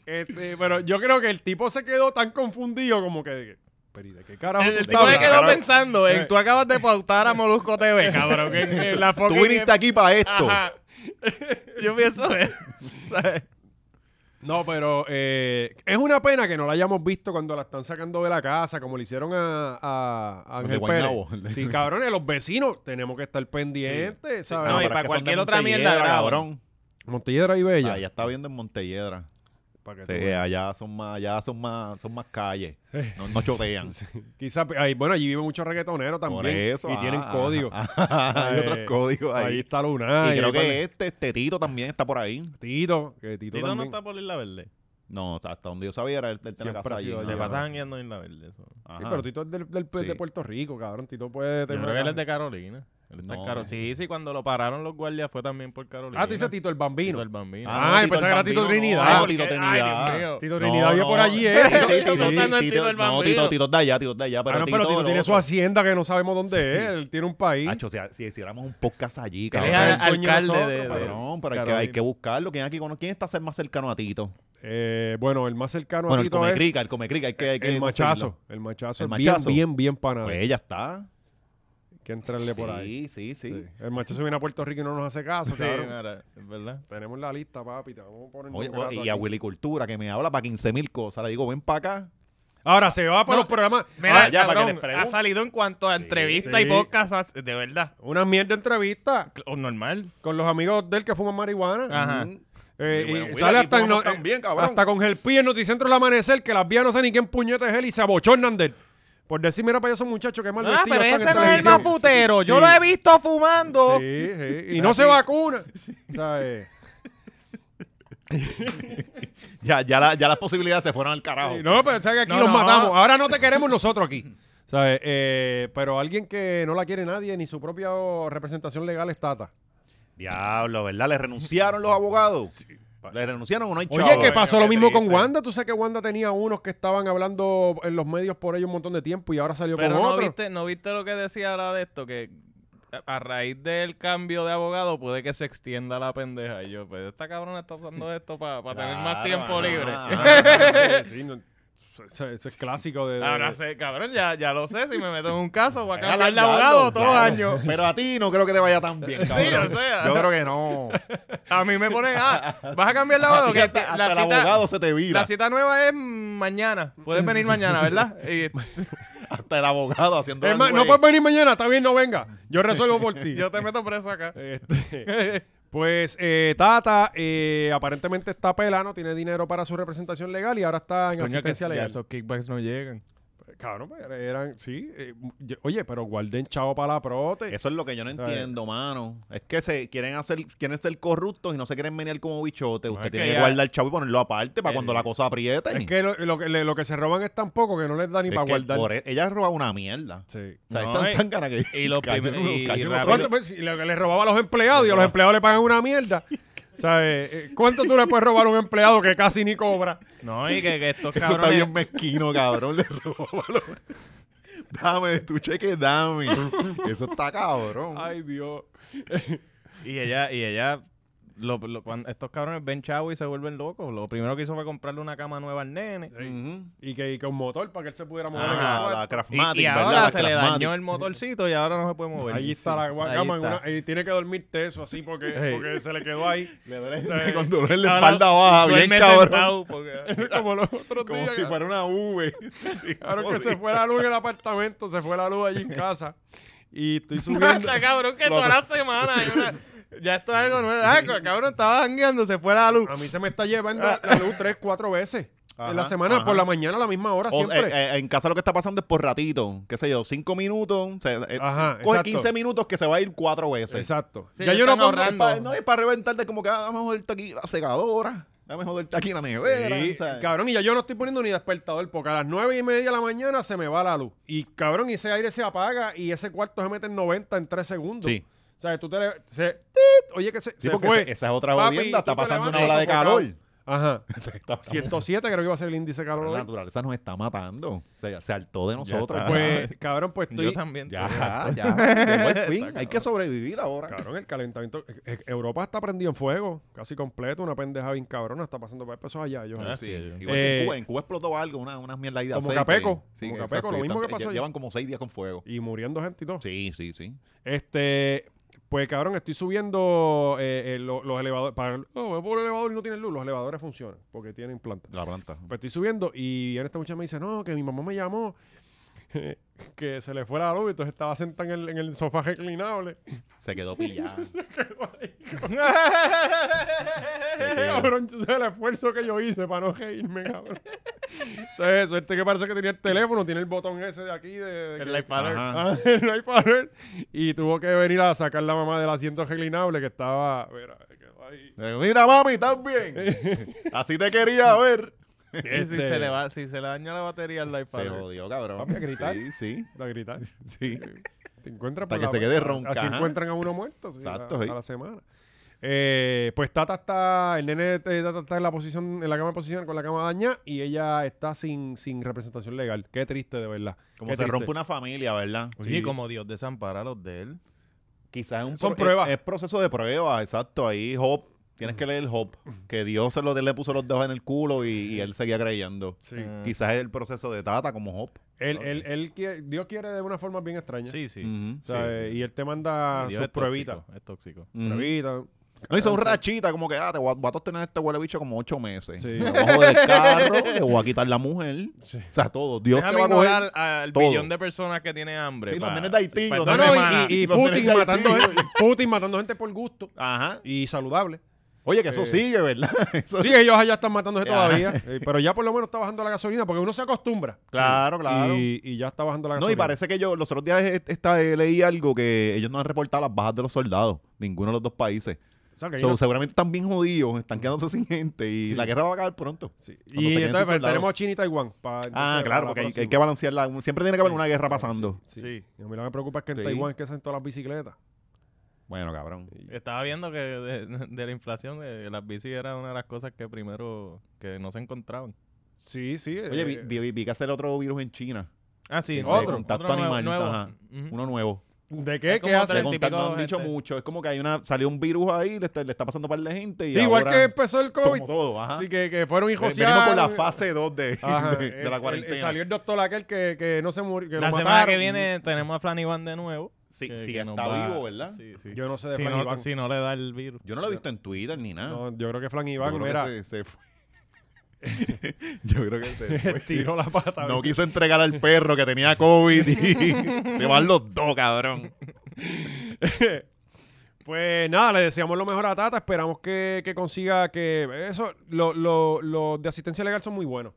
este, pero yo creo que el tipo se quedó tan confundido como que. Pero ¿y de qué carajo
El,
tú
el
estás
tipo se
hablando?"
quedó
Cabrón.
pensando en tú acabas de pautar a Molusco TV, Eh. cabrón. Que, que la
Tú
fucking-
viniste aquí para esto.
Ajá. Yo pienso de- ¿sabes?
No, pero eh, es una pena que no la hayamos visto cuando la están sacando de la casa, como le hicieron a, a, a
Los de
Ángel
Guaynabo.
Pérez. Sí, cabrones, los vecinos tenemos que estar pendientes, ¿sabes?
No, y
pero
para
es que son de
cualquier otra mierda
Montelledra,
graban.
cabrón.
Montelledra y Bella.
Allá está viendo en Montelledra.
Pa' que tú
Ah, Sí,
veas.
allá son más, allá son más, son más calles. No, no chotean.
Quizá, ahí, bueno, allí viven muchos reggaetoneros también.
Por eso.
y tienen
ah,
código.
ah, hay
Eh,
otros códigos
Ahí
ahí.
está Luna.
y creo que este, este Tito también está por ahí.
Tito, que Tito,
Tito no
también.
está por Isla Verde.
No, hasta hasta donde yo sabía era el del
Siempre
Telecasa
ha
allí.
sido
nada
allá.
Se
más.
pasa
pasan guiando en Isla Verde. Eso.
Sí,
Ajá.
pero Tito es del, del-
Sí.
de Puerto Rico, cabrón. Tito puede
Yo creo
tener.
que él es de Carolina. Él está en
No.
Caro- Sí, sí, cuando lo pararon los guardias fue también por Carolina.
Ah, tú dices Tito el Bambino.
Tito el bambino.
Ah, yo pensaba que era Tito
Bambino, no,
Trinidad.
no, Tito
Ay,
Trinidad.
Dios mío.
Tito
No,
Trinidad vio
no.
por allí, ¿eh?
Sí,
Tito-
sí,
Tito-
Tito-
pensando en
Tito-
Tito el
no,
Bambino.
Tito, Tito es de allá, Tito es de allá. Pero
Ah, no, pero
Tito,
Tito tiene
lo
su
otro.
hacienda que no sabemos dónde
Sí.
es. Él tiene un país.
Hacho, si, ha- si hiciéramos un podcast allí,
Él
cabrón.
Ese
es
es el sueño de
alcalde
nosotros,
de- de-
Cabrón, pero hay que,
Carolina.
hay que buscarlo. ¿Quién, aquí, cono- ¿Quién está cer- más cercano a Tito?
Eh, bueno, el más cercano
Bueno,
a
el
Tito es
Comecrica, el Comecrica. Hay que, hay que
el machazo.
conseguirlo.
El machazo.
El
es bien,
machazo.
bien, bien panadero.
Pues ya está.
Hay que entrarle por ahí.
Sí, sí, sí.
Sí. El machazo viene a Puerto Rico y no nos hace caso,
Sí,
cabrón.
mira, es verdad.
Tenemos la lista, papi. Te vamos a poner
Oye,
un grato
oye, y a
aquí.
Willy Cultura, que me habla para 15 mil cosas. Le digo, ven para acá.
Ahora se va para
No,
los programas.
Mira,
Ah,
ya, para que
cabrón,
les pregunte.
ha salido en cuanto a entrevista
sí.
y podcast, ha- de verdad.
una mierda de entrevista
O normal.
con los amigos de él que fuman marihuana.
Ajá.
Mm.
Eh,
Y bueno,
y
Will,
sale
aquí
hasta, en
fumamos
lo- eh,
también, cabrón.
hasta con el pie en Noticentro el amanecer, que las vías no sé ni quién puñete es él y se abochornan de él. Por decir, mira para esos muchachos que mal
Ah,
vestidos
pero
están
ese
en
no es el más
televisión.
putero. Yo
Sí.
lo he visto fumando.
Sí, sí, Y no se vacuna. eh, ¿sabes?
Ya, ya, la- ya las posibilidades se fueron al carajo.
Sí, no, pero sabes que aquí
No,
los
no.
matamos. Ahora no te queremos nosotros aquí. ¿sabes? Eh, pero alguien que no la quiere nadie, ni su propia representación legal es Tata.
Diablo, ¿verdad? ¿Le renunciaron los abogados? ¿Le renunciaron o no hay
Oye,
chavo?
que pasó lo
qué
mismo con
triste.
Wanda. Tú sabes que Wanda tenía unos que estaban hablando en los medios por ello un montón de tiempo y ahora salió
Pero
con
no
otro.
viste, no viste lo que decía ahora de esto, que a- a raíz del cambio de abogado puede que se extienda la pendeja. Y yo, pues esta cabrona está usando esto para tener más
Claro,
tiempo
ajá.
libre.
Sí, no, eso- eso, eso es clásico de. de-
Ah, Ahora sé, cabrón, ya, ya lo sé, si me meto en un caso voy a
Era
cambiar de
Lalo,
abogado todos los
claro.
años.
Pero a ti no creo que te vaya tan bien, cabrón.
o sea.
Yo creo que no.
A mí me ponen, ah, vas a cambiar de abogado. que
hasta,
te-
hasta
la,
el
cita,
abogado se te vira.
la cita nueva es mañana. Puedes venir mañana, ¿verdad? Y
Hasta el abogado haciendo
Es más, no puedes venir mañana, está bien, no venga. Yo resuelvo por ti.
yo te meto preso acá.
Este, pues eh, Tata eh, aparentemente está pelano, tiene dinero para su representación legal y ahora está en asistencia legal.
kickbacks no llegan.
Cabrón, pues, eran, sí. eh, yo- oye, pero guarden chavo para la prote.
Eso es lo que yo no
¿Sabes?
entiendo, mano. Es que se quieren hacer, quieren ser corruptos y no se quieren menear como bichote. Usted
es
tiene
que
que,
ya-
guardar el chavo y ponerlo aparte para
Eh,
cuando la cosa apriete.
Es que lo, lo que le- lo que se roban es tan poco que no les da ni
Es
para
que
guardar.
por e- ella roba una mierda.
Sí.
O sea,
No,
es tan
y-
zángana que.
y los
cayó en
primer-
un-
y
cayó en
rápido.
otro-
¿Cuánto? Pues, si lo que le robaba a los empleados y a los empleados le pagan una mierda. ¿Sabes? Eh, ¿Cuánto tú le puedes robar a un empleado que casi ni cobra?
No, y que, que estos
Eso está
cabrones.
bien mezquino, cabrón. Le roba lo- Dame de tu cheque, dame. Eso está cabrón.
Ay, Dios.
Y ella, y ella, lo- lo- cuando estos cabrones ven chavo y se vuelven locos. Lo primero que hizo fue comprarle una cama nueva al nene.
Ujú.
Y que y con motor para que él se pudiera mover. en
Ah,
el
la
cuarto.
Y,
Craftmatic,
y
¿verdad?
ahora
La
se le
Craftmatic.
dañó el motorcito y ahora no se puede mover.
Ahí está la
Ahí
cama en
está.
una- y tiene que dormir teso así porque,
Hey.
porque se le quedó ahí.
Le duele
Sí.
con dolor en la
Ahora
espalda baja, bien
Duerme
cabrón.
sentado, porque-
Como los otros
Como
días.
si fuera una V.
Claro que se fue la luz en el apartamento, se fue la luz allí en casa. Y estoy subiendo.
Hasta cabrón, que toda la semana. hay una- Ya esto es algo nuevo. Ah, cabrón, estaba jangueando, se fue la luz.
A mí se me está llevando la luz tres, cuatro veces. en la semana, por la mañana a la misma hora,
O,
siempre.
eh, eh, en casa lo que está pasando es por ratito, qué sé yo, cinco minutos, o sea, eh,
Ajá,
coge
exacto.
15 minutos que se va a ir cuatro veces.
Exacto.
Sí,
ya yo
ellos
no
están
No,
pongo-
es
ahorrando.
pa- no, es para reventarte como que ah, dame joderte aquí la secadora, dame joderte aquí la nevera.
Sí,
o sea,
cabrón, y ya yo no estoy poniendo ni despertador, porque a las nueve y media de la mañana se me va la luz. Y cabrón, y ese aire se apaga y ese cuarto se mete en 90 en 3 segundos.
Sí.
O sea, tú te le- se- tit, oye que se,
sí,
se
porque
fue.
esa- esa es otra
Papi,
jodienda, está
tú te
pasando una
levantas
ola de
sofocado.
calor.
Ajá.
O sea, está-
107 creo que iba a ser el índice de calor.
la
hoy.
naturaleza nos está matando. Se, se hartó de nosotros.
está.
Pues, cabrón, pues estoy.
Yo también.
ya,
te digo.
ya. llegó el fin. Hay que sobrevivir ahora.
Cabrón, el calentamiento. eh, eh, Europa está prendido en fuego, casi completo, una pendeja bien cabrona, está pasando para pesos allá. Yo,
Ah,
Sí,
sí.
igual
Eh,
que en Cuba, en Cuba explotó algo, una, unas mierdas ahí de
como
aceite.
Capeco,
Sí,
como
exacto,
Capeco, lo
y
mismo que
están-
pasó
Llevan como seis días con fuego.
Y muriendo gente y todo.
Sí, sí, sí.
Este, pues cabrón, estoy subiendo eh, eh, lo- los elevadores. Para, oh, me pongo el elevador y no tienen luz. Los elevadores funcionan porque tienen planta.
La planta.
Pues estoy subiendo y viene esta muchacha y me dice, no, que mi mamá me llamó. que se le fuera la luz, entonces estaba sentada en el, en el sofá reclinable.
Se quedó pillada.
cabrón, yo sé el esfuerzo que yo hice para no reírme, cabrón. Entonces, suerte que parece que tenía el teléfono, tiene el botón ese de aquí. De, de que-
El life pattern.
Ajá.
Ah, no hay pared. Y tuvo que venir a sacar la mamá del asiento reclinable que estaba. Mira, quedó ahí.
Eh, Mira, mami, estás bien. Así te quería ver.
Y si
Este,
se le va, si se le daña la batería al
Se
iPad.
jodió, cabrón.
Papi, a gritar.
Sí, sí,
La gritar.
sí.
Te encuentras
Hasta
por
que
la-
se quede ronca,
Así
ajá.
encuentran a uno muerto. sí,
Exacto,
a,
sí.
a la semana. Eh, pues Tata está. El nene de Tata está en la posición, en la cama de posición con la cama dañada y ella está sin, sin representación legal. Qué triste, de verdad.
Como
Qué
se
triste.
rompe una familia, ¿verdad?
Sí.
Oye, como Dios desampara a los de él.
Quizás es un
Son
pro-
pruebas.
Es, es proceso de pruebas, exacto. Ahí Job, tienes que leer Job, que Dios se lo, le puso los dedos en el culo y, y él seguía creyendo.
Sí.
Ah.
Quizás es el proceso de Tata como Job.
Él, él, él quiere- Dios quiere de una forma bien extraña.
Sí, sí.
Ujú.
O sea, eh, Y él te manda
Dios
sus
es
pruebitas.
tóxico, Es tóxico.
Ujú.
Pruebitas.
No, y son rachitas, como que, ah, te voy a, voy a sostener este huele bicho como ocho meses.
Sí.
Me voy a joder el carro, le voy a quitar la mujer.
Sí.
O sea, todo. Dios te
Déjame
va a coger.
ignorar al
todo.
billón de personas que tiene hambre.
Sí, los
pa-
nenes de Haití,
pa-
los
No,
esta
nenes de
semana.
no, y- y,
Los
Putin,
nenes de
matando
Haití.
gente, Putin matando gente por gusto
Ajá.
y saludable.
Oye, que eso
Eh,
sigue, ¿verdad? Eso-
Sí, ellos allá están matando gente
Ya.
todavía, eh, pero ya por lo menos está bajando la gasolina porque uno se acostumbra.
Claro, claro.
Y, y ya está bajando la
No,
gasolina.
y parece que yo, los otros días eh, esta, eh, leí algo que ellos no han reportado las bajas de los soldados, ninguno de los dos países.
O sea, que hay
So,
una-
seguramente están bien jodidos, están quedándose sin gente y
Sí.
la guerra va a acabar pronto.
sí.
cuando
Y
se queden
entonces
sin soldados.
tenemos a China y Taiwán. pa-
Ah,
entonces, para
claro,
la
porque hay, hay
próxima.
que balancearla. Siempre tiene que haber una guerra pasando.
Sí.
Sí.
Y A mí lo que me preocupa es que en
Sí.
Taiwán es que hacen todas las bicicletas.
Bueno, cabrón.
Estaba viendo que de, de la inflación eh, las bicis era una de las cosas que primero que no se encontraban.
Sí, sí. eh,
Oye, vi, vi- vi que hacer otro virus en China,
Ah, sí.
De
otro.
contacto
nuevo-
animal,
nuevo.
ajá.
Ujú.
uno nuevo.
¿De qué?
Es
¿Qué
como
hacen?
De
Treinta y
contacto
pico
han dicho
gente.
mucho. Es como que hay una salió un virus ahí, le está, le está pasando un par de gente. Y
Sí, igual
ahora,
que empezó el
como
COVID.
todo, ajá. Eh,
Así que, que fueron hijos
Ah. Venimos por la fase 2 de, de- de la cuarentena.
salió el doctor aquel que, que no se murió. Que
La
lo
semana que
mataron.
viene tenemos a Flanivan de nuevo.
Sí,
que-
sí,
que nos
está
va-
vivo, ¿verdad?
Sí, sí.
Yo no sé de
si
Fran
no,
Iván.
si no le da el virus.
Yo no lo he visto en Twitter ni nada.
No, yo creo que Flan
Ah. Yo
Iván,
creo que
mira,
se, se fue. Yo creo que se fue.
tiró la pata.
No quiso entregar al perro que tenía COVID y se van los dos, cabrón.
Pues nada, le deseamos lo mejor a Tata. Esperamos que, que consiga que. Eso, lo- lo- los de asistencia legal son muy buenos.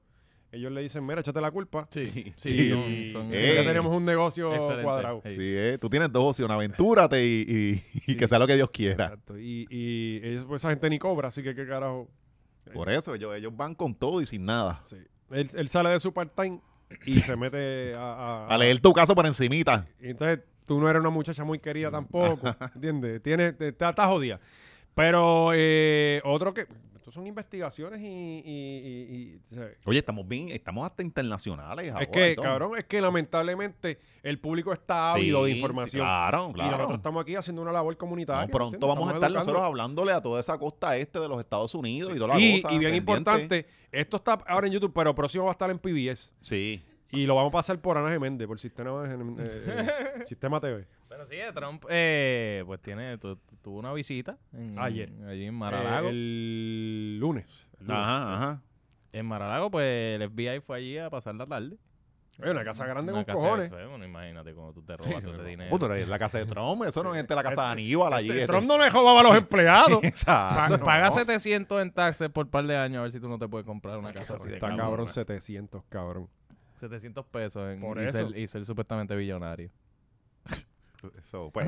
Ellos le dicen, mira, échate la culpa.
Sí,
sí,
Y
son- son-
Eh.
ya tenemos un negocio
Excelente.
cuadrado.
Ey.
Sí, eh, tú tienes dos opciones, aventúrate y, y- y que sea lo que Dios quiera.
Exacto. Y, y ellos- pues, esa gente ni cobra, así que qué carajo.
Por eso ellos, ellos van con todo y sin nada.
Sí. Él, él sale de su part-time y se mete a, a-
A leer tu caso por encimita.
Y entonces tú no eres una muchacha muy
Mm.
querida tampoco, ¿entiendes? Tienes, te, te- estás jodida. Pero eh, otro que... Estos son investigaciones y... y- y- y, o sea,
Oye, estamos bien, estamos hasta internacionales. ahora
es que,
y todo.
cabrón, es que lamentablemente el público está
Sí,
ávido de
sí,
información.
claro,
Y
claro.
nosotros estamos aquí haciendo una labor comunitaria.
No, pronto
¿entiendes?
vamos a
Estamos
estar
educando.
nosotros hablándole a toda esa costa este de los Estados Unidos y toda la
Y,
cosa,
y bien
pendiente.
importante, esto está ahora en YouTube, pero próximo va a estar en PBS.
Sí.
Y lo vamos a pasar por Ana Geméndez, por Sistema, eh, Sistema TV.
Pero sí, Trump eh, pues tiene, tu- tu- tuvo una visita en-
Ayer.
allí en Maralago.
Eh, el lunes. el lunes.
Ajá, ajá.
En Maralago, pues el FBI fue allí a pasar la tarde.
Oye, una casa grande
Una
con
casa de
cojones.
fe, bueno, imagínate cuando tú te robas todo ese dinero.
Puto, era la casa de Trump, eso no es gente de la casa de Aníbal allí.
Este,
este-
Trump no le jodaba a los empleados.
Exacto,
Pa-
no.
Paga 700 en taxes por par de años a ver si tú no te puedes comprar una casa así de
Está
cabrón.
cabrón, 700, cabrón.
700 pesos en,
Por
y,
eso.
Ser, y ser supuestamente billonario.
So, pues,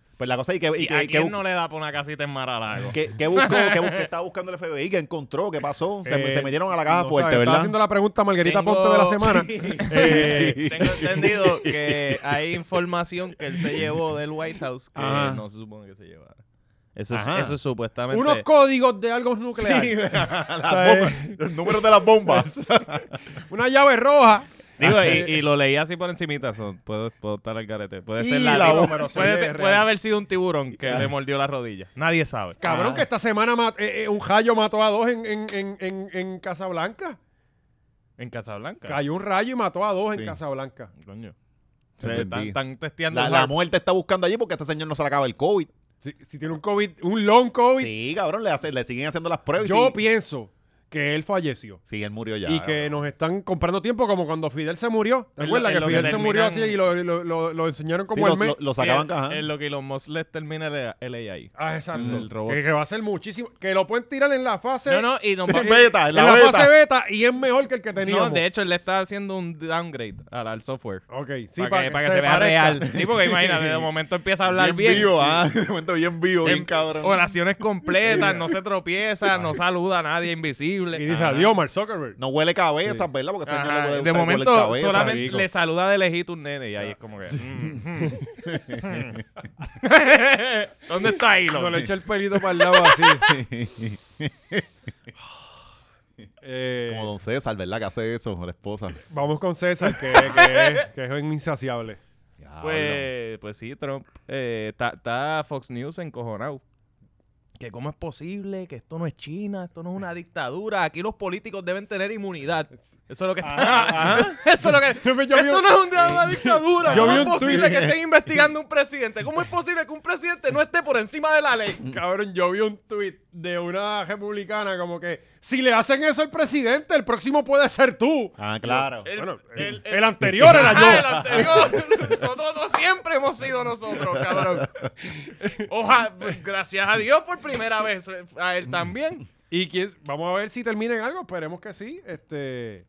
pues la cosa es que, y
¿Y
que-
a
que
quién
bu-
no le da por una casita en Maralago?
que- que buscó, que bu- que estaba buscando el FBI, que encontró, qué pasó. Se,
Eh,
se metieron a la caja
No, o
fuerte,
sea, Estaba
¿verdad?
haciendo la pregunta a Margarita
Tengo-
Ponte de la semana. Eh,
Sí.
Tengo entendido que hay información que él se llevó del White House que
Ajá.
no se supone que se llevara. Eso es,
Ajá.
eso es supuestamente...
Unos códigos de algo nuclear.
Sí,
O
las
sea,
bombas, los números de las bombas.
Una llave roja.
Digo, y, y lo leí así por encimita, so, puedo, puedo estar al garete. Puede
Y
ser la,
la
tibu-
voz,
pero se oye
puede,
real.
puede haber sido un tiburón que le mordió la rodilla. Nadie sabe.
Ah.
Cabrón, que esta semana mat- eh, eh, un rayo mató a dos en, en, en, en, en Casablanca.
En Casablanca.
Cayó un rayo y mató a dos
Sí.
en Casablanca.
Coño.
Se
Se están,
entendí.
están testeando
La,
el
la
heart.
muerte está buscando allí porque este señor no se le acaba el COVID.
Si, si tiene un COVID, un long COVID,
Sí, cabrón, le, hace- le siguen haciendo las pruebas. y
yo
sí.
pienso que él falleció.
Sí, él murió ya.
y que nos están comprando tiempo como cuando Fidel se murió. ¿Te
Es lo-
acuerdas
es
que
lo que
Fidel se
terminan-
murió así y lo, lo, lo- lo enseñaron como el
los,
mes?
lo- lo
Sí,
sacaban
es-
caja.
Es lo que los Musk les termina el AI.
Ah, exacto.
El robot.
Que, que va a ser muchísimo. Que lo pueden tirar en la fase.
No, no, y nos va-
En beta, en
en
la,
la,
beta.
fase beta y es mejor que el que teníamos.
No, de hecho, él le está haciendo un downgrade al, al software.
Ok, sí,
para, que, para que se, vea
parezca.
real. Sí, porque imagínate, de momento empieza a hablar
bien,
bien.
vivo, ah, de momento bien vivo, bien
Em-
cabrón.
Oraciones completas, no se tropieza, no saluda a nadie, invisible.
Y dice
Ajá.
adiós, Mark Zuckerberg.
No huele cabezas, ¿verdad? Porque ese señor
Ajá,
le huele-
de
huele
momento
cabeza.
solamente
rico.
le saluda de lejito un nene y ahí es como que... mm, mm. ¿Dónde está Elon?
Cuando le echa el pelito para el lado así. Eh,
Como don César, ¿verdad? Que hace eso, la esposa.
vamos con César, que, que es, que es un insaciable.
Pues, pues sí, Trump. eh, Está está Fox News encojonado. Que cómo es posible que esto no es China, esto no es una dictadura. Aquí los políticos deben tener inmunidad. Eso es lo que está. Eso es lo que.
Yo vi- yo vi
esto
un-
no es un- una dictadura.
Yo
¿Cómo
vi
es
un
posible
tuit.
que estén investigando un presidente? ¿Cómo es posible que un presidente no esté por encima de la ley?
Cabrón, yo vi un tuit de una republicana como que si le hacen eso al presidente, el próximo puede ser tú.
Ah, claro.
El-
bueno, el,
el-
el anterior era yo.
Ah, el anterior. Nosotros siempre hemos sido nosotros, cabrón. Oja, pues, gracias a Dios por primera vez. eh, A él también.
Y quién s- vamos a ver si termina en algo, esperemos que sí. Este,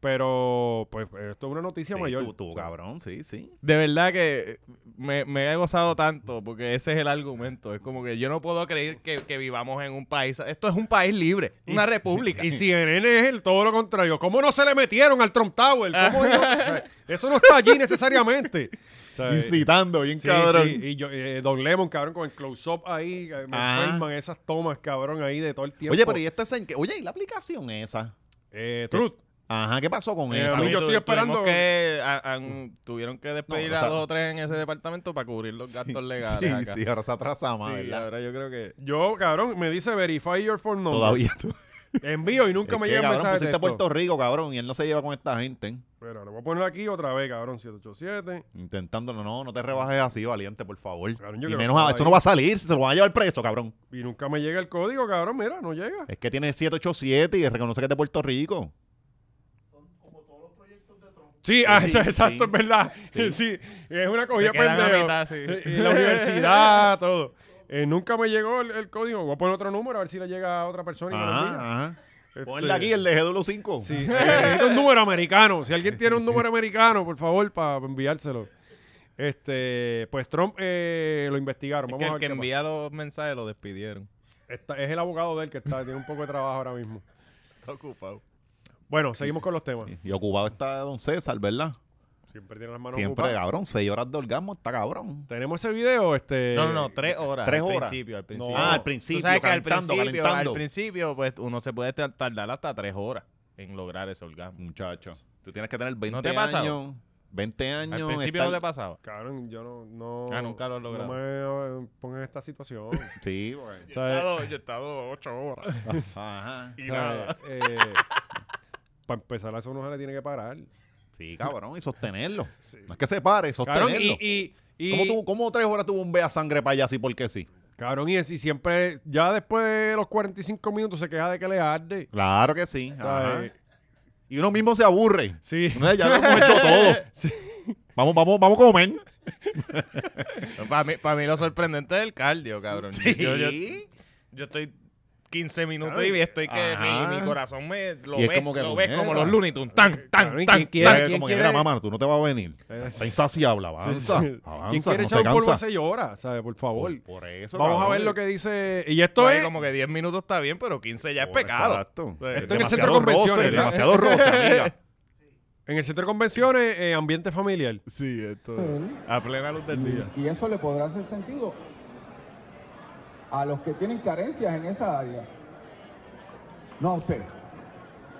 pero pues esto es una noticia
Sí,
mayor.
tú, tú, cabrón, sí, sí.
De verdad que me, me he gozado tanto porque ese es el argumento. Es como que yo no puedo creer que, que vivamos en un país. Esto es un país libre, una república.
Y CNN es el todo lo contrario. ¿Cómo no se le metieron al Trump Tower? ¿Cómo ellos- o sea, eso no está allí necesariamente. O sea,
Incitando, bien
Pues, sí,
cabrón.
sí. Y yo, eh, Don Lemon, cabrón, con el close-up ahí, eh, me
Ajá.
enferman esas tomas, cabrón, ahí de todo el tiempo.
Ah. Oye, pero ¿y este sen- Oye, ¿y la aplicación esa?
Eh, Truth,
Ajá, ¿qué pasó con
Eh,
eso?
a mí yo estoy
Tu- tuvimos
esperando-
Que, a- han- tuvieron que despedir
No, o
a
sea-
dos o tres en ese departamento para cubrir los gastos legales.
Sí,
acá.
sí, ahora se atrasa más,
Sí,
¿verdad?
ahora yo creo que.
yo, cabrón, me dice verify your phone number.
Todavía tú.
Envío y nunca
Es
me
que,
llega el
cabrón,
mensaje de
pusiste
texto.
Puerto Rico, cabrón, y él no se lleva con esta gente.
Espera, lo voy a poner aquí otra vez, cabrón, 787.
Intentándolo, no, no te rebajes así, valiente, por favor.
Cabrón, yo
y
creo
menos,
que
a-
estaba
eso
ahí.
no va a salir, se lo van a llevar preso, cabrón.
Y nunca me llega el código, cabrón. Mira, no llega.
Es que tiene 787 y reconoce que es de Puerto Rico.
Sí, ah,
sí,
eso- exacto,
sí.
es verdad. Sí. es una cogida
Se quedan a
pendejo.
mitad, sí.
Y La universidad, todo. Eh, nunca me llegó el, el código. Voy a poner otro número a ver si le llega a otra persona. Y me lo
Ah,
envía.
Ajá, ajá.
Este,
Ponle aquí el de GW5.
Sí, eh, necesito un número americano. Si alguien tiene un número americano, por favor, para enviárselo. Este, pues Trump eh, lo investigaron.
es
Vamos
que
a
el
ver
que
qué pasa.
envía los mensajes lo despidieron.
Está- es el abogado de él que está, tiene un poco de trabajo ahora mismo.
Está ocupado.
Bueno, seguimos con los temas.
Y ocupado está Don César, ¿verdad?
Siempre tiene las manos
Siempre,
ocupadas.
cabrón. Seis horas de orgasmo está cabrón.
Tenemos ese video, este.
No, no, no, tres horas.
Eh, Tres
al
horas.
Principio, al
No.
principio.
Ah, al
Tú
principio,
sabes que al
calentando,
principio,
calentando.
Al principio, pues uno se puede tar- tardar hasta tres horas en lograr ese orgasmo.
Muchacho, tú tienes que tener 20
te ha pasado?
años. 20 años.
Al principio
estar-
no te pasaba.
Cabrón, yo no. no
Ah, nunca lo has logrado.
No me eh, pongan en esta situación. O
Sí, porque-
sea, eh,
he estado ocho horas.
Ajá.
o sea, eh, para empezar, eso no se le tiene que parar.
Sí, cabrón. Y sostenerlo.
Sí.
No es que se pare, sostenerlo.
Cabrón, y. y, y
¿Cómo, tú, ¿Cómo tres horas tú bombeas sangre para allá así porque sí?
Cabrón, y, es- y siempre, ya después de los 45 minutos, se queja de que le arde.
Claro que sí.
O sea,
Ajá.
eh,
Y Y uno mismo se aburre.
Sí.
Uno dice, ya lo hemos hecho todo. Vamos, vamos, vamos a comer.
Para mí, pa' mí lo sorprendente es el cardio, cabrón. Yo, yo-
Sí.
yo estoy 15 minutos y estoy que
Ajá.
mi, mi corazón me lo
Y es
ves,
como que
lo ves
puñeta.
como los Looney Tunes. Tan, tan,
Cabrón,
tan.
¿quién
Era
quiere-
que
quién
como que,
quiere-
mera, mamá, tú no te vas a venir. Está insaciable, avanza.
Sí, sí.
Avanza,
¿Quién quiere
no
echar
se
un polvo
cansa.
hace llora? ¿Sabes? Por favor.
Por, por eso,
Vamos a
cabrón.
ver lo que dice. Y esto
Ahí
es.
como que 10 minutos está bien, pero 15 ya es
Por-
pecado.
Oh, Exacto.
Esto en el
Demasiado
centro de convenciones,
roce,
¿verdad?
Demasiado roce, amiga.
En el centro de convenciones, eh, ambiente familiar.
Sí, esto a plena luz del día.
Y eso le podrá hacer sentido a los que tienen carencias en esa área. No a usted.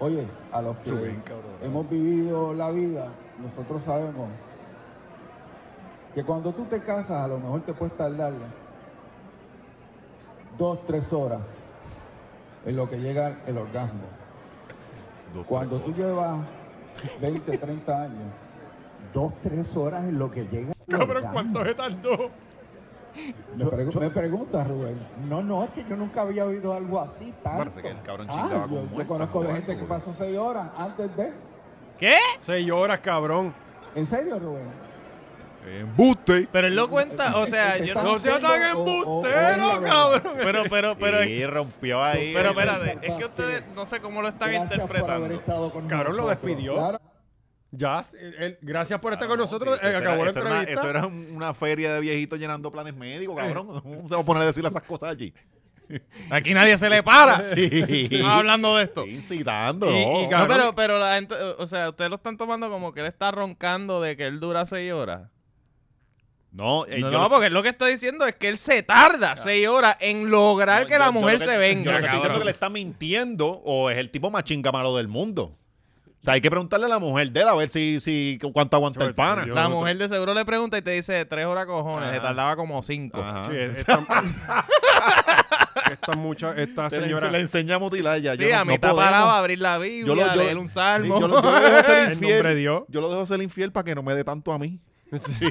Oye, a los que hemos vivido la vida, nosotros sabemos que cuando tú te casas a lo mejor te puedes tardar dos, tres horas en lo que llega el orgasmo.
Dos,
Cuando tú llevas 20, 30 años, dos, tres horas en lo que llega el orgasmo.
se tardó?
Me, pregu- me pregunta, Rubén. No, no, es que yo nunca había oído algo así. Tanto.
Parece que el cabrón
Ah,
chingaba con
yo, yo
muertas,
conozco de
Rubén,
gente que
Rubén.
pasó seis horas antes de.
¿Qué?
Seis horas, cabrón.
¿En serio, Rubén?
Embuste.
Pero él lo cuenta, o sea, yo no.
No sea tan
Este, O- o- o-
embustero,
o-
cabrón.
Pero, pero, pero.
y rompió ahí.
Pero
el-
espérate, es que ustedes no sé cómo lo están
Gracias por haber
interpretando.
estado con
Cabrón, lo
nosotros.
despidió.
Claro.
Ya, él- él- gracias por estar
Ah,
con
no,
nosotros.
sí,
Eh,
eso era-
acabó la
eso era una-
entrevista.
Eso era un- una feria de viejitos llenando planes médicos, cabrón.
Eh.
¿Cómo se va a poner a decirle esas cosas allí?
Aquí nadie se le para.
Sí.
Ah, hablando de esto.
Incitando,
Y-
¿no?
y
No,
cabrón.
pero, pero la gente, o sea, ustedes lo están tomando como que él está roncando de que él dura seis horas.
No, eh,
no,
yo-
no, porque él lo que está diciendo es que él se tarda seis horas en lograr
no,
que la
yo- yo
mujer
lo que-
se venga.
Yo lo que estoy diciendo
cabrón.
que le está mintiendo o es el tipo más chingamalo del mundo. O sea, hay que preguntarle a la mujer de él a ver si, si cuánto aguanta el pana.
Yo-
La mujer de seguro le pregunta y te dice tres horas cojones, se tardaba como cinco.
Ajá.
Sí, esta, esta mucha- esta
Se le-
señora.
se le enseña a mutilar ya.
Sí,
yo no-
a
no
mitad
podemos.
paraba a abrir la Biblia,
Yo lo- yo-
leer un
Sí,
salmo.
yo, lo, yo lo dejo
En
ser
nombre de
infiel.
Dios.
Yo lo dejo ser infiel para que no me dé tanto a mí. Sí.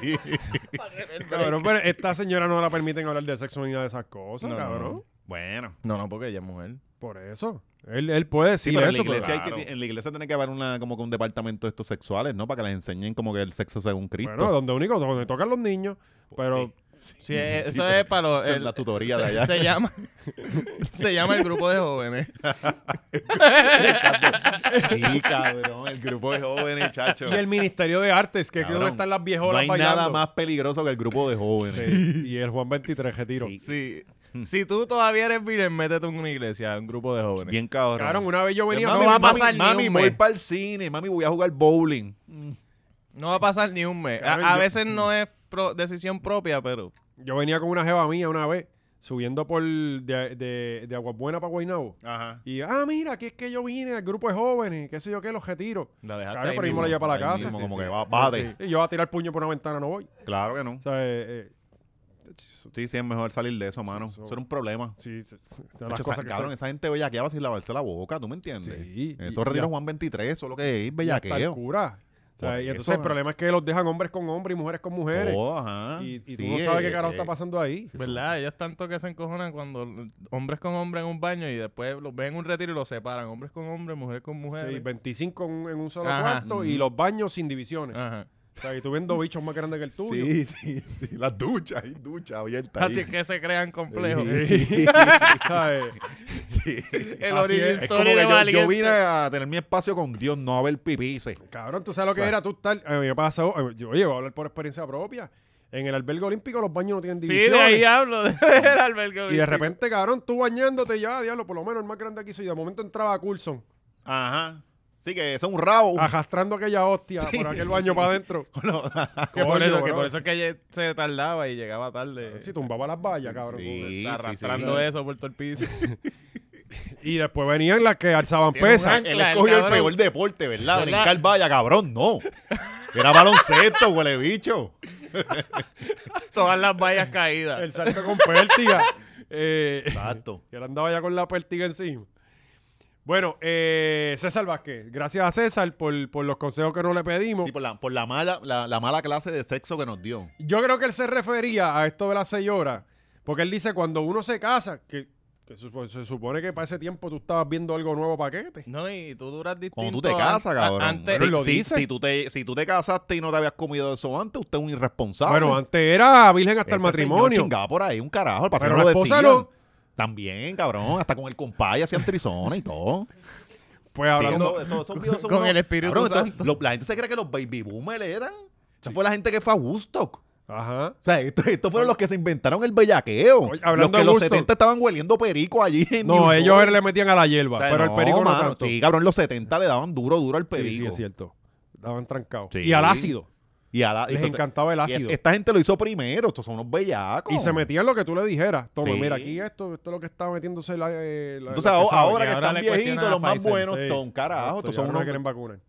Cabrón, pero esta señora no la permiten hablar de sexo ni nada de esas cosas, cabrón.
Bueno.
No, no, porque ella es mujer.
Por eso. Él, él puede
Sí,
decir
pero en
eso,
la iglesia, hay que-
claro.
en la iglesia tiene que haber una, como que un departamento de estos sexuales, ¿no? Para que les enseñen como que el sexo según Cristo.
Bueno, donde único, donde tocan los niños.
Pues
Pero
Sí, eh, eso
pero
es para los.
esa es
el-
la tutoría de
se-
allá.
Se llama, se llama el grupo de jóvenes.
Sí, cabrón, el grupo de jóvenes, chacho.
Y el Ministerio de Artes, que es
Cabrón,
donde están las viejolas
No hay
bailando.
nada más peligroso que el grupo de jóvenes.
Sí, Y el Juan 23 retiro.
Sí.
Hmm.
Si tú todavía eres virgen, métete en una iglesia, un grupo de jóvenes.
Bien cabrón.
Cabrón, una vez yo venía
Hermano,
solo-
va a
mami,
pasar ni
mami,
un
voy
mes.
para el cine. Mami, voy a jugar bowling. Mm.
No va a pasar ni un mes.
Cabrón,
A, a
yo- Hmm.
veces no es pro- decisión propia, pero.
yo venía con una jeva mía una vez, subiendo por de, de, de Aguabuena para Guaynabo.
Ajá.
Y, ah, mira, que es que yo vine al grupo de jóvenes, qué sé yo qué, los retiro.
La dejaste.
Cabrón, pero yo me la llevé para la
Ahí
casa.
mismo,
Sí,
como
sí.
que va, bájate.
Y yo a tirar puño por una ventana no voy.
Claro que no.
O sea, eh, eh,
Sí, sí, es mejor salir de eso, mano.
Eso-
Eso era un problema.
sí, sí, son
De
las
hecho,
cosas
esa-
que
cabrón,
se-
esa gente bellaqueaba sin lavarse la boca, ¿tú me entiendes?
Sí, y-
Eso
y
retiro
hasta-
Juan 23, eso es lo que es,
y hasta el
bellaqueo.
cura. O sea,
Por
y entonces
eso,
el problema es que los dejan hombres con hombres y mujeres con mujeres.
Todo, Oh, ajá.
y y tú
Sí,
no sabes
eh,
qué carajo
eh,
está pasando ahí.
¿Verdad? Ellos tanto que se encojonan cuando hombres con hombres en un baño y después los ven en un retiro y los separan. Hombres con hombres, mujeres con
Sí,
mujeres.
25 en un, en un solo
Ajá. Ah.
cuarto y los baños sin divisiones.
Ajá.
O sea, y tú viendo bichos más grandes que el tuyo.
Sí, sí, sí. Las duchas, hay duchas abiertas.
Así
ahí.
es que se crean complejos.
Sí.
¿sabes?
Sí.
El
Así
origin
es.
Es como
story
que
de
yo, yo
Valiente.
vine a tener mi espacio con Dios, no a ver pipices.
Cabrón, tú sabes lo que
O sea,
era tú estar. A mí me pasó. a mí- yo, Oye, voy a hablar por experiencia propia. En el albergue olímpico los baños no tienen
Sí, de
divisiones.
ahí hablo, del albergue.
y de
olímpico.
repente, cabrón, tú bañándote ya, diablo, por lo menos el más grande aquí soy. De momento entraba Coulson,
Ajá. Sí, que son un rabo.
Ah. arrastrando aquella hostia por aquel baño para adentro.
Ah,
Que por,
Coño,
eso, que
bro.
por eso es que ella se tardaba y llegaba tarde. eh,
Sí, tumbaba las vallas, cabrón.
Ah, Sí,
arrastrando
sí, sí.
eso por todo el piso.
Y después venían las que alzaban
Tiene un
pesas.
ancla.
Él
Claro,
escogió el
cabrón.
peor deporte, ¿verdad?
¿Verdad?
Brincar vaya, cabrón, no. Era baloncesto, huele bicho.
Todas las vallas caídas.
El salto con pértiga. eh,
Exacto.
Y él andaba ya con la pértiga encima. Bueno, eh, César Vázquez, gracias a César por, por los consejos que no le pedimos.
Sí, por la, por la mala, la, la mala clase de sexo que nos dio.
Yo creo que él se refería a esto de las seis horas, porque él dice cuando uno se casa, que Que se, supo- se supone que para ese tiempo tú estabas viendo algo nuevo paquete.
No, y tú duras distinto.
Cuando tú te
an-
casas,
a-
cabrón.
Antes,
Pero
Si-
lo
si,
dice.
si tú te, si tú te casaste y no te habías comido eso antes, usted es un irresponsable.
Bueno, antes era virgen hasta el
Ese señor
matrimonio.
chingaba por ahí, un carajo. El pasado
Pero
lo
la esposa
decían.
no.
También, cabrón. Hasta con el compay hacían trizona y todo.
Pues
Sí,
hablando.
eso- eso- esos videos son
con
unos-
el Espíritu
cabrón, esto-
Santo.
lo- la gente se cree que los baby boomers eran. Esa fue la gente que fue a Woodstock.
Ajá.
O sea, esto- estos fueron los que se inventaron el bellaqueo.
Oye, hablando
los que
de
en los
Woodstock.
70 estaban hueliendo perico allí. en New
No,
York.
ellos le metían a la hierba,
O sea,
pero el
no,
perico no
mano,
tanto.
Sí, cabrón, los 70 le daban duro, duro al
Sí, sí,
perico.
es cierto. Estaban trancados.
Sí.
Y al ácido.
Y a la- y
Les
esto-
encantaba el
y este
ácido.
esta gente lo hizo primero. Estos son unos bellacos.
Y se metían lo que tú le dijeras. Toma,
Sí.
mira, aquí esto, esto es lo que está metiéndose la. eh, la- la
Entonces,
que
ahora,
sabe.
ahora
y
que
ahora
están
le
viejitos,
cuestionan
los
a
más
Pfizer,
buenos,
Sí.
son carajo. Estos
Exacto, y
son
ahora
unos.
que quieren vacunar.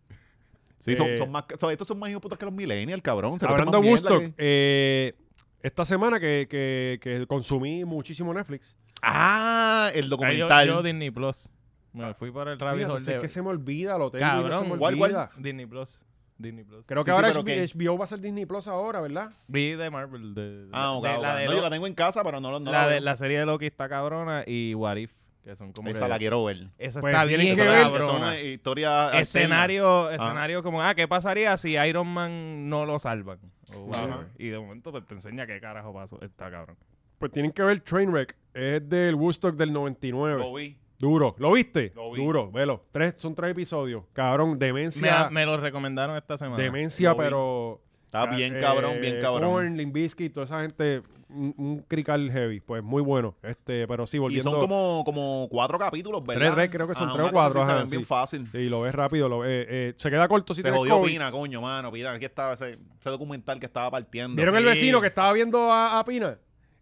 Sí, son,
Eh,
son más, son- estos son más hijos putas que los millennials, cabrón. Se
Hablando de
meten más mierda
Woodstock,
que-
eh, esta semana que, que- que consumí muchísimo Netflix.
Ah, el
Ahí yo,
documental.
yo Disney Plus.
Ah.
Me fui por el rabbit
Fíjate,
hole
si
de...
es que se me olvida, lo tengo y no
Cabrón,
se me
¿cuál, cuál?
olvida.
Disney Plus. Disney Plus.
Creo que
Sí, sí,
ahora
pero ¿qué?
HBO va a ser Disney Plus ahora, ¿verdad?
Vi de Marvel. De,
ah, ok,
de-
ok.
la de
No,
Lo-
yo la tengo en casa, pero no, no
la,
la
de-
veo.
la serie de Loki está cabrona y What If, que son como...
Esa
que-
la quiero ver.
Eso
Pues,
está
tienen
bien,
que
Esa la-
ver-
esa es
cabrona.
una historia. eh, alterna.
Escenario, escenario como, ah, ¿qué pasaría si Iron Man no lo salvan? O whatever.
Ajá.
Y de momento pues, te enseña qué carajo pasó. Está cabrón.
Pues tienen que ver Trainwreck. Es del Woodstock del 99.
Lo vi.
Duro. ¿Lo viste?
Lo vi.
Duro, velo. Tres, son tres episodios. Cabrón,
Me,
demencia.
me lo recomendaron esta semana.
demencia,
Lo vi.
pero. eh,
Está bien cabrón, bien cabrón.
Korn, Limbisky, toda esa gente. Un, un crical heavy. Pues muy bueno. Este, pero sí,
Y
volviendo.
son como, como cuatro capítulos, ¿verdad?
Tres, tres, creo que son
Ah,
tres o
una
cuatro,
cosa así,
ajá,
se ven bien
sí.
fácil.
Sí, lo ves rápido. Lo, eh, eh, se queda corto si
Se
tienes
jodió
COVID.
Pina, coño, mano. Pina, aquí estaba ese, ese documental que estaba partiendo.
¿Vieron el
sí.
vecino que estaba viendo a, a Pina?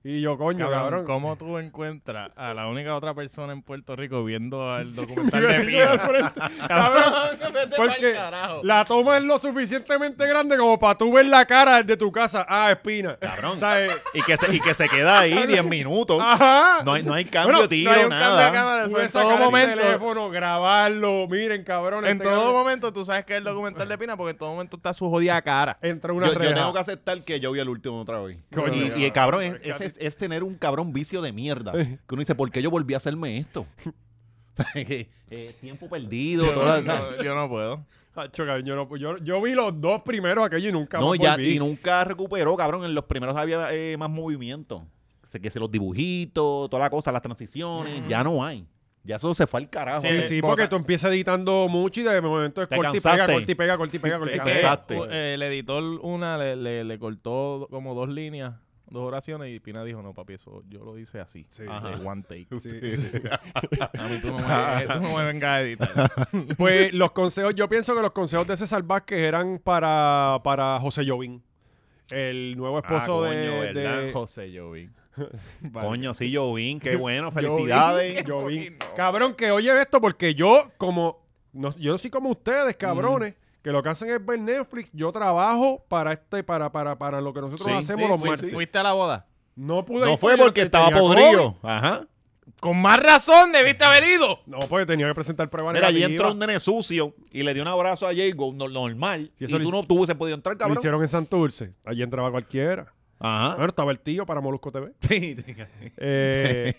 Y yo, coño,
Cabrón,
cabrón.
¿cómo tú encuentras a la única otra persona en Puerto Rico viendo el documental
Mi
de
vecino
Pina?
del frente. Cabrón,
Vete pa'l
porque
carajo.
la toma es lo suficientemente grande como para tú ver la cara desde tu casa. Ah, espina.
Cabrón.
¿Sabes?
Y que se, y que se queda ahí 10 minutos.
eh, Ajá.
No hay, no hay cambio,
Bueno,
tío,
No hay un
nada.
cambio de cámara, eso
Pude
en
sacar
todo
el
momento.
teléfono, grabarlo. Miren, cabrón.
En
este
todo
cabrón
momento tú sabes que es el documental de Pina porque en todo momento está su jodida cara.
Entra una
Yo, yo
reja.
tengo que aceptar que yo vi el último otra vez.
Coño,
y, y el
cabrón,
cabrón es,
es
es, es- es tener un cabrón vicio de mierda. Que uno dice, ¿por qué yo volví a hacerme esto? O sea, que, eh, tiempo perdido.
Yo,
toda la-
no, yo no puedo.
Hacho, cabrón, yo, no- yo- yo vi los dos primeros aquellos y nunca
no,
más
ya,
volví.
y nunca recuperó, cabrón. En los primeros había eh, más movimiento. O sea, que se los dibujitos, toda la cosa, las transiciones. Ya no hay. Ya eso se fue al carajo.
Sí, sí, porque tú empiezas editando mucho y de momento es
Te
corta y pega,
cansaste.
corta y pega, corta y pega, corta y
Te
pega.
cansaste.
Eh, eh, el editor una le, le- le cortó como dos líneas, dos oraciones y Pina dijo, no papi, eso yo lo hice así.
Sí.
de
Ajá.
One take.
Sí.
A mí tú no me, eh, tú no me vengas a editar.
Pues los consejos, yo pienso que los consejos de César Vázquez eran para, para José Jovín, el nuevo esposo
Ah, coño,
de, de-
¿verdad?
José Jovi.
Coño, sí, Jovín, qué bueno. Felicidades.
Jovín.
Qué
Cabrón, que oye esto porque yo, como, no- yo soy como ustedes, cabrones, que lo que hacen es ver Netflix, yo trabajo para este, para, para, para lo que nosotros
Sí,
hacemos
Sí,
los
fui-
martes.
¿Fuiste a la boda?
No pude
No
ir
fue porque estaba
tenía COVID.
podrido. Ajá.
Con más razón debiste haber ido.
No, porque tenía que presentar pruebas
Mira, allí
negativas.
entró un nene sucio y le dio un abrazo a Jago no- normal.
Sí,
y
eso lo
tú
hizo-
no tú hubieses podido
Lo
entrar,
Ah.
cabrón. Ah.
hicieron en Santurce, allí entraba cualquiera.
Ajá.
Bueno, estaba el tío para Molusco TV.
Sí, sí.
Eh...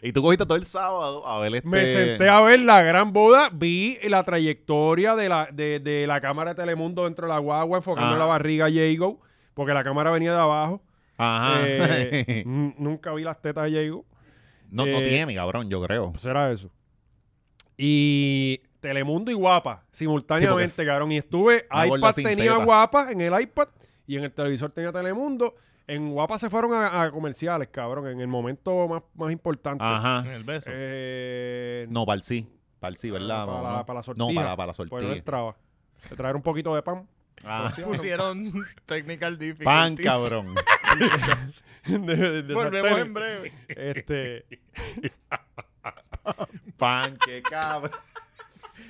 y tú cogiste todo el sábado a ver este...
Me senté a ver la gran boda, vi la trayectoria de la, de, de la cámara de Telemundo dentro de la guagua, enfocando
Ah.
la barriga a Jago, porque la cámara venía de abajo.
Ajá.
Eh, n- nunca vi las tetas de Jago.
no, no
eh,
tiene, cabrón, yo creo.
Pues era eso. Y Telemundo y Guapa, simultáneamente,
Sí, porque
cabrón. Y estuve,
Una gorda
iPad
sin
tenía
teta.
Guapa en el iPad y en el televisor tenía Telemundo. En Guapa se fueron a, a comerciales, cabrón, en el momento más, más importante.
En
Ajá.
el beso.
Eh,
No, para el sí. Para el sí, ¿verdad?
Ah, para
no,
la-
no.
para la
No,
sortija.
para, la- para la
Pues no
sortija.
entraba. Te traer un poquito de pan.
Ah,
Pusieron technical difficulties.
pan, cabrón.
De- de- de
Volvemos
sartén.
en breve.
Este,
pan, qué cabrón.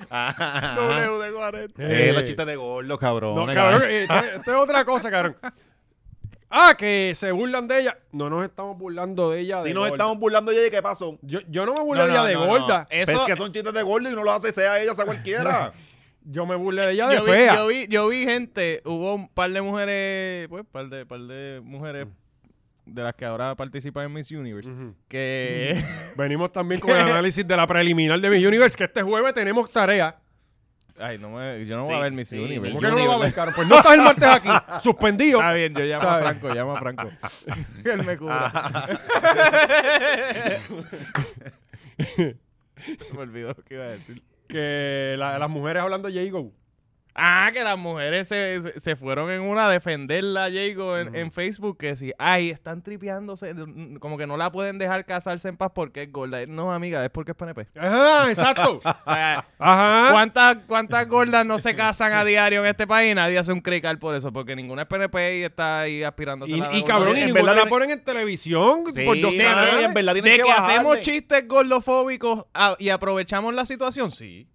Ajá.
W de 40.
Eh,
eh,
los chistes de gordo, cabrón.
No, cabrón, eh, esto- esto es otra cosa, cabrón. Ah, que se burlan de ella. No nos estamos burlando de ella.
Si
eh, de
nos
gorda.
estamos burlando de ella, ¿qué pasó?
Yo, yo no me burlé de ella de
no, no.
gorda.
Pero
Eso,
Pues es que son chistes de gordo y uno lo hace sea ella, sea cualquiera.
Yo me burlé de ella de
yo, vi,
fea.
yo, vi, yo vi gente, hubo un par de mujeres, pues, par de, par de mujeres de las que ahora participan en Miss Universe,
Ujú.
que
Venimos también con el análisis de la preliminar de Miss Universe, que este jueves tenemos tarea.
ay, no me, yo no
Sí,
voy a ver Miss
sí,
¿Por
Universe.
Miss
qué no lo va a ver,
Universe.
caro? Pues no estás el martes aquí, suspendido.
Está bien, yo llamo a
¿Sabes?
Franco, llamo a Franco. Él me cubra.
Ah.
me olvidó lo que iba a decir.
Que la- las mujeres hablando de Jago.
Ah, que las mujeres se, se- se fueron en una a defenderla, Jago, en, en Facebook, que sí, ay, están tripeándose, mm, como que no la pueden dejar casarse en paz porque es gorda. Eh, No, amiga, es porque es PNP.
Ajá, exacto.
Ah,
Ajá.
¿Cuántas, ¿Cuántas gordas no se casan a diario en este país? Nadie hace un crical por eso, porque ninguna es PNP y está ahí aspirando
Y, y cabrón, y
En
ninguna
verdad
la
tiene-
ponen en televisión
Sí,
por dos
mano,
canales.
y en verdad tienen
de que,
bajarle.
hacemos chistes gordofóbicos ah, y aprovechamos la situación, sí.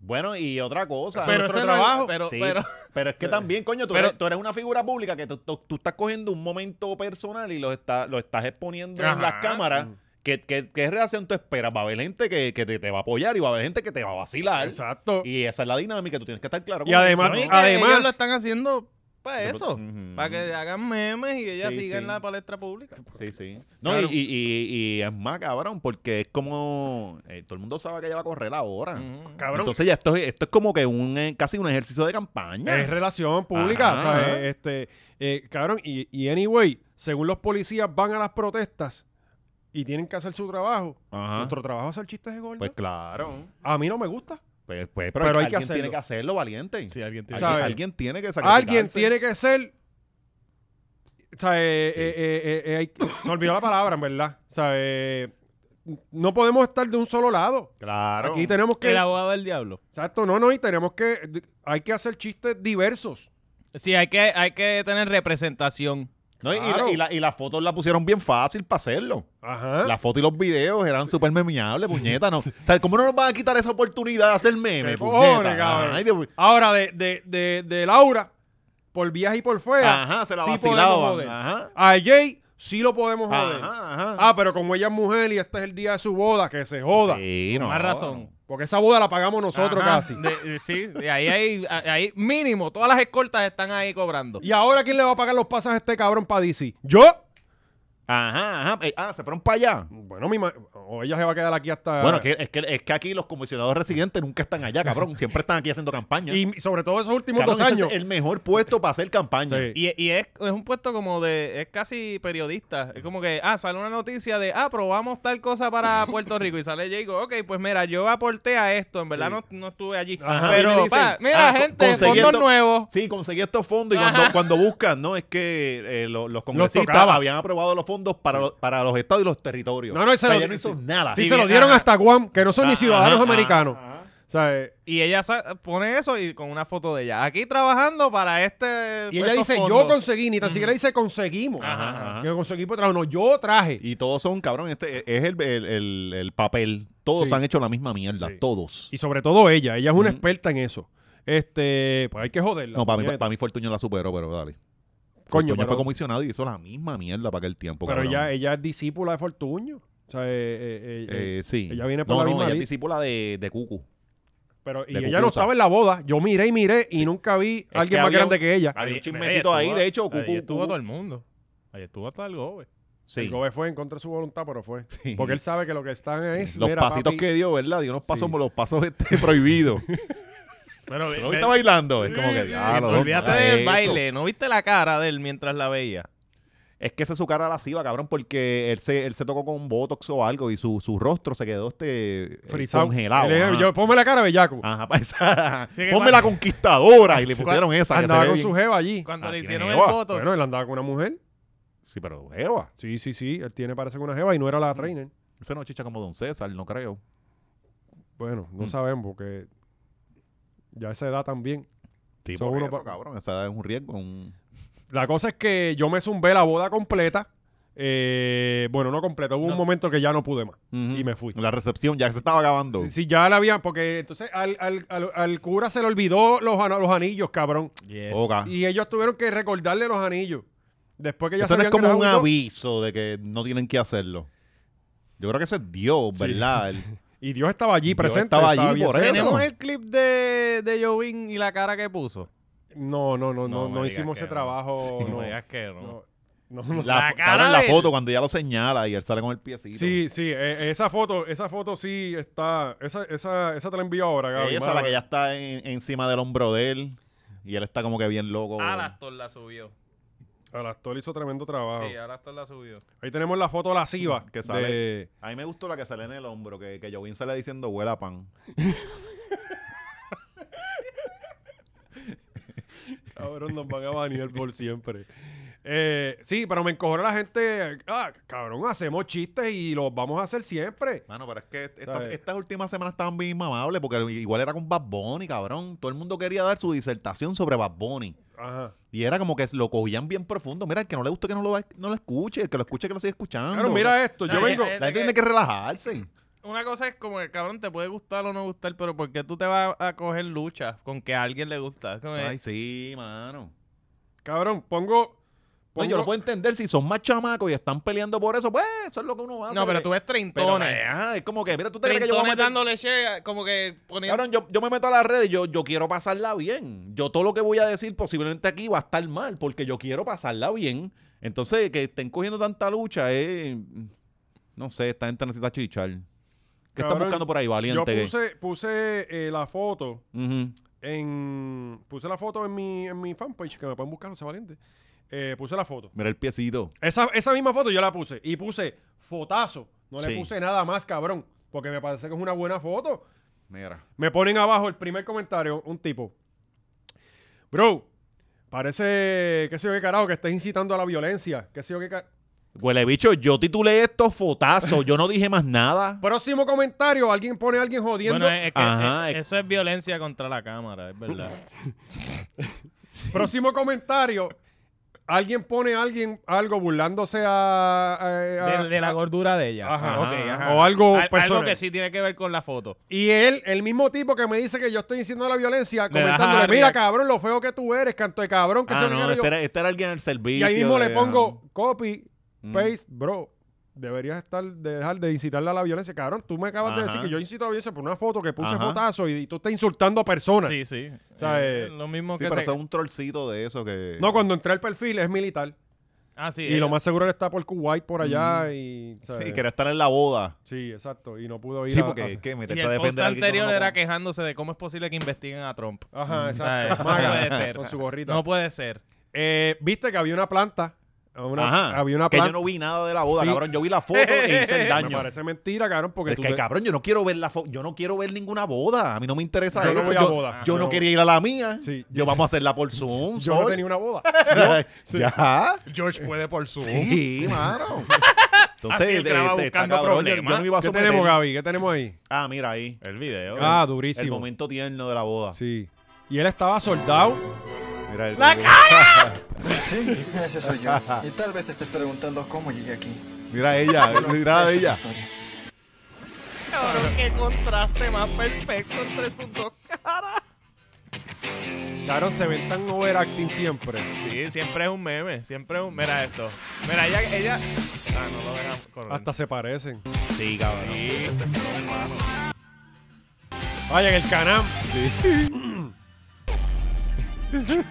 Bueno, y otra cosa.
Pero
Otro
ese
trabajo.
trabajo.
pero,
Sí,
pero,
pero es que también, coño, tú,
Pero-
eres, tú eres una figura pública que tú, tú- tú estás cogiendo un momento personal y lo, está, lo estás exponiendo en
Ajá.
las cámaras. ¿Qué, qué, qué reacción tú esperas? Va a haber gente que, que te, te va a apoyar y va a haber gente que te va a vacilar.
Exacto.
Y esa es la dinámica, tú tienes que estar claro.
Y
con
además-
eso,
Oye,
¿no?
que
además-
ellos lo están haciendo
Yo-
para ah, eso,
Ujú.
para que hagan memes y ella
Sí,
siga
sí.
en la palestra pública.
Sí, sí. No,
Claro.
y, y- y- y es más cabrón, porque es como. eh, todo el mundo sabe que ella va a correr ahora.
Ujú.
Mm, Cabrón.
Entonces ya esto, es- esto es como que un eh, casi un ejercicio de campaña.
Es relación pública,
Ajá.
¿sabes? Este, eh, cabrón, y, y anyway, según los policías van a las protestas y tienen que hacer su trabajo,
Ajá.
nuestro trabajo es hacer chistes de gordo.
Ah. Pues claro.
a mí no me gusta.
Pues, pues, pero,
Pero hay
hay
que
alguien tiene
hacerlo.
que hacerlo valiente.
Sí, alguien tiene
Alguien,
¿Sabes?
alguien tiene que sacrificarse.
Alguien tiene que ser... O sea, eh, eh, eh, eh, eh, hay- se me olvidó la palabra, en verdad. O sea, eh, no podemos estar de un solo lado.
Claro.
Aquí tenemos que...
El abogado del diablo.
Exacto, no, no, y tenemos que... Hay que hacer chistes diversos.
Sí, hay que, hay que tener representación.
No, y- y la-
Claro. ¿Eh?
y, la- y las fotos la pusieron bien fácil para hacerlo.
Ajá.
Las fotos y los videos eran súper memeables, puñeta. ¿no? O sea, ¿Cómo no nos van a quitar esa oportunidad de hacer meme,
¡Qué cojones,
puñeta?
cabrón!
Ay, Dios mío.
Ahora, de, de, de, de Laura, por viejas y por fuera,
Ajá, se la
sí podemos
vacilaban.
joder.
Ajá.
A Jay sí lo podemos joder.
Ajá, ajá.
Ah, pero como ella es mujer y este es el día de su boda, que se joda.
Sí, no.
Más razón.
Porque esa boda la pagamos nosotros
Ajá.
casi.
De- de- sí, de ahí hay, a- ahí mínimo, todas las escoltas están ahí cobrando.
¿Y ahora quién le va a pagar los pasajes a este cabrón para DC? ¿Yo?
Ajá, ajá. Eh, ah, se fueron para allá.
Bueno, mi ma- o ella se va a quedar aquí hasta...
Bueno, que- es, que, es que aquí los comisionados residentes nunca están allá, cabrón. Siempre están aquí haciendo campaña.
Y sobre todo esos últimos
Cabrón,
dos
ese
años.
es el mejor puesto para hacer campaña.
Sí.
Y, y es, es un puesto como de, es casi periodista. Es como que, ah, sale una noticia de, ah, probamos tal cosa para Puerto Rico. Y sale Jago, ok, pues mira, yo aporté a esto. En verdad
Sí.
no, no estuve allí.
Ajá. Y le
Pero,
dicen,
pa, mira,
ah, co-
gente,
conseguí
fondos
esto-
nuevos.
Sí, conseguí estos fondos y cuando, cuando buscan, ¿no? Es que eh, lo- los congresistas
tocaba.
habían aprobado los fondos para, los- para los estados y los territorios.
No, no, y se
O sea,
lo-
ella no hizo
sí.
nada.
Sí,
Y
se lo
bien,
dieron
ajá.
hasta Guam, que no son ni
Ajá,
ciudadanos
ajá,
americanos.
ajá.
O sea, eh,
Y ella sa- pone eso y con una foto de ella. Aquí trabajando para este.
Y ella
estos
dice, yo
fondos".
conseguí, ni tan siquiera dice conseguimos.
Ajá, ajá.
Que conseguí por trabajo. No, yo traje.
Y todos son, cabrón, este es el, el- el- el papel. Todos
Sí.
han hecho la misma mierda,
Sí.
todos.
Y sobre todo ella, ella es una
Ujú.
experta en eso. Este, pues hay que joderla.
No, para mí,
puñeta.
para mí Fortuño la superó, pero dale.
Pues Coño,
Fortuño
pero,
fue comisionado y hizo la misma mierda para aquel tiempo.
pero eh,
cabrón.
ella, ella es discípula de Fortuño. O sea, eh, eh, eh, eh,
Eh, sí.
ella viene por la
no, no,
misma
ella
li-
es discípula de, de Cucu.
pero y
de
ella no
Cucuruza.
estaba en la boda. Yo miré y miré y nunca vi
que
a alguien más
había
grande
un-
que ella.
Había un
Ahí-
chismecito
mira,
ahí, de hecho,
ahí
Cucu.
estuvo
Cucu-
todo el mundo. Ahí estuvo hasta el gobe.
Sí.
El gobe fue en contra de su voluntad, pero fue.
Sí.
Porque él sabe que lo que están es.
Los
mira,
pasitos
papi,
que eh, dio, ¿verdad? Dio unos pasos,
Sí.
los pasos este, prohibidos.
Pero,
Pero hoy está bailando. Es como que, diablo,
olvídate
¿dónde
del
está eso?
baile. ¿No viste la cara de él mientras la veía?
Es que esa es su cara lasciva, cabrón, porque él se, él se tocó con Botox o algo y su, su rostro se quedó este eh,
frisado.
congelado.
Él es-
ajá. Ah,
yo, ponme la cara, bellaco.
Ajá, pa' esa-
Sí, que
Ponme la conquistadora y le pusieron esa. que se
andaba
ve
con
bien.
su jeva allí.
Cuando
Ah,
le
tiene
hicieron el
jeva.
voto.
Bueno, él andaba con una mujer.
Sí, pero Eva.
Sí, sí, sí. Él tiene, parece que una jeva y no era
Mm.
la trainer.
Ese no chicha como Don César, no creo.
Bueno, no
Mm.
sabemos porque ya a esa edad también.
Sí,
Son
por
unos
eso,
pa-
cabrón. Esa es un riesgo. un-
La cosa es que yo me zumbé la boda completa. Eh, bueno, no completa. Hubo
No.
un momento que ya no pude más. Y
Ujú.
me fui.
La recepción ya se estaba acabando.
Si, si ya la habían, porque entonces al, al- al- al cura se le olvidó los, ana- los anillos, cabrón.
Ok.
Y ellos tuvieron que recordarle los anillos. Después que ya
Eso no es
sabían
como
que
un
les agotó.
aviso de que no tienen que hacerlo. Yo creo que eso es Dios,
Sí,
¿verdad?
Y Dios estaba allí
Dios
presente.
estaba allí
bien
por
cerca.
eso.
Tenemos el clip de, de Jovin y la cara que puso.
No, no, no, no,
No
no,
me digas
hicimos
que
ese
no.
trabajo.
No
no.
me digas que no.
No. No, no.
La,
La cara
cabrón, la
de él.
foto cuando ya lo señala y él sale con el piecito.
Sí, sí, eh, esa foto, esa foto sí está, esa, esa, esa te la envío ahora, Gaby.
Ella es
mano.
la que ya está en- encima del hombro de él y él está como que bien loco.
Alastor la subió.
Alastor hizo tremendo trabajo.
Sí, Alastor la subió.
Ahí tenemos la foto lasciva.
Que sale.
de-
A mí me gustó la que sale en el hombro, que, que Jovín sale diciendo huele a pan.
Cabrón, nos van a banear por siempre. Eh, sí, pero me encojona la gente. Ah, cabrón, hacemos chistes y los vamos a hacer siempre.
Mano, pero es que estas,
¿Sabes?
estas últimas semanas estaban bien mamables porque igual era con Bad Bunny, cabrón. Todo el mundo quería dar su disertación sobre Bad Bunny.
Ajá.
Y era como que lo cogían bien profundo. Mira, el que no le guste que no lo, va- no lo escuche, el que lo escuche que lo siga escuchando.
Claro, mira esto.
Ah,
Yo
ya,
vengo.
ya,
La gente tiene que relajarse.
Una cosa es como que, cabrón, te puede gustar o no gustar, pero ¿por qué tú te vas a coger lucha con que a alguien le gusta? Como que-
Ay, sí, mano.
Cabrón, pongo.
No,
pongo-
yo lo puedo entender. Si son más chamacos y están peleando por eso, pues eso es lo que uno hace.
no, pero tú ves
Pero,
treintones.
ah, es como que, mira, tú te crees que yo voy a
Trintones
meter-
dándole share, como que poniendo.
Cabrón, yo, yo me meto a la red y yo, yo quiero pasarla bien. Yo todo lo que voy a decir posiblemente aquí va a estar mal porque yo quiero pasarla bien. Entonces, que estén cogiendo tanta lucha es... no sé, esta gente necesita chichar. ¿Qué están
Cabrón,
buscando por ahí,
yo
valiente?
puse, puse eh, la foto
Ujú.
en. Puse la foto en mi, en mi fanpage, que me pueden buscar, José Valiente. Eh, puse la foto.
Mira el piecito.
Esa, esa misma foto yo la puse. Y puse fotazo. No
Sí.
le puse nada más, cabrón. Porque me parece que es una buena foto.
Mira.
Me ponen abajo el primer comentario, un tipo. Bro, parece, qué sé yo qué carajo, que estés incitando a la violencia. Qué sé yo qué ca-
Huele bicho, yo titulé esto fotazo. Yo no dije más nada.
Próximo comentario, alguien pone a alguien jodiendo.
Bueno, eh. es que
Ajá,
es-
es-
eso es violencia contra la cámara, es verdad.
Próximo comentario, alguien pone a alguien algo burlándose a... a- a-
De, de la gordura de ella.
Ajá,
Ajá,
ok,
ajá.
ajá. O algo
Al-
Ah, oh, personal.
algo que sí tiene que ver con la foto.
Y él, el mismo tipo que me dice que yo estoy incitando a la violencia,
Le das a
comentándole,
react-
mira cabrón, lo feo que tú eres, canto de cabrón, que
Ah,
se
no, este era, este era alguien al servicio.
Y ahí mismo
de-
le pongo copy,
Mm.
paste, bro. Deberías estar de dejar de incitarle a la violencia. Cabrón, tú me acabas de decir
Ajá.
que yo incito a la violencia por una foto que puse
Ajá.
fotazo y, y tú estás insultando a personas.
Sí, sí.
O sea,
Eh,
eh,
lo mismo que
Sí, pero
se...
eso es un trollcito de eso que...
No, cuando entré al perfil es militar.
Ah, sí.
y
eh,
lo más seguro él está por Kuwait por allá y. ¿sabes?
Mm. Sí, quería estar en la boda.
Sí, exacto. Y no pudo ir
Sí,
a- a-
porque es que
Y
meterse a
el post
defender a alguien que uno
anterior
no
era
conoce.
quejándose de cómo es posible que investiguen a Trump.
Ajá, exacto.
¿Sabes?
Maga,
No Mm. puede ser.
Con su gorrita.
No puede ser.
Eh, Viste que había una planta. Una,
Ajá.
Había una
que
planta.
yo no vi nada de la boda,
Sí.
cabrón. Yo vi la foto e hice el
Me
daño.
parece mentira, cabrón, porque
Es
tú
que,
te-
cabrón, yo no quiero ver la foto. Yo no quiero ver ninguna boda. A mí no me interesa
Yo no
eso.
voy a
yo,
boda.
yo
Yo no-
no quería ir a la mía.
Sí.
yo vamos a hacerla por Zoom.
yo no
sorry.
tenía una boda.
Ya.
George puede por su.
Sí, mano. Entonces,
Así él
de-
estaba
de- está
buscando
cabrón, yo, yo
problemas.
no me iba a
¿Qué
someter.
tenemos, Gaby? ¿Qué tenemos ahí?
Ah, mira ahí.
El video.
Ah,
El
durísimo.
momento tierno de la boda.
Sí. Y él estaba soldado.
Mira el-
¡La
Sí, ese soy yo. Y tal vez te estés preguntando cómo llegué aquí.
Mira ella, mira la de
Esta
ella.
es la historia.
Cabrón, qué contraste más perfecto entre sus dos caras.
Claro, se ven tan overacting siempre.
Sí, siempre es un meme. Siempre es un. Mira esto. Mira, ella. ella... Ah, no lo vean correr.
Hasta se parecen.
Sí, cabrón.
Vaya, en el canal.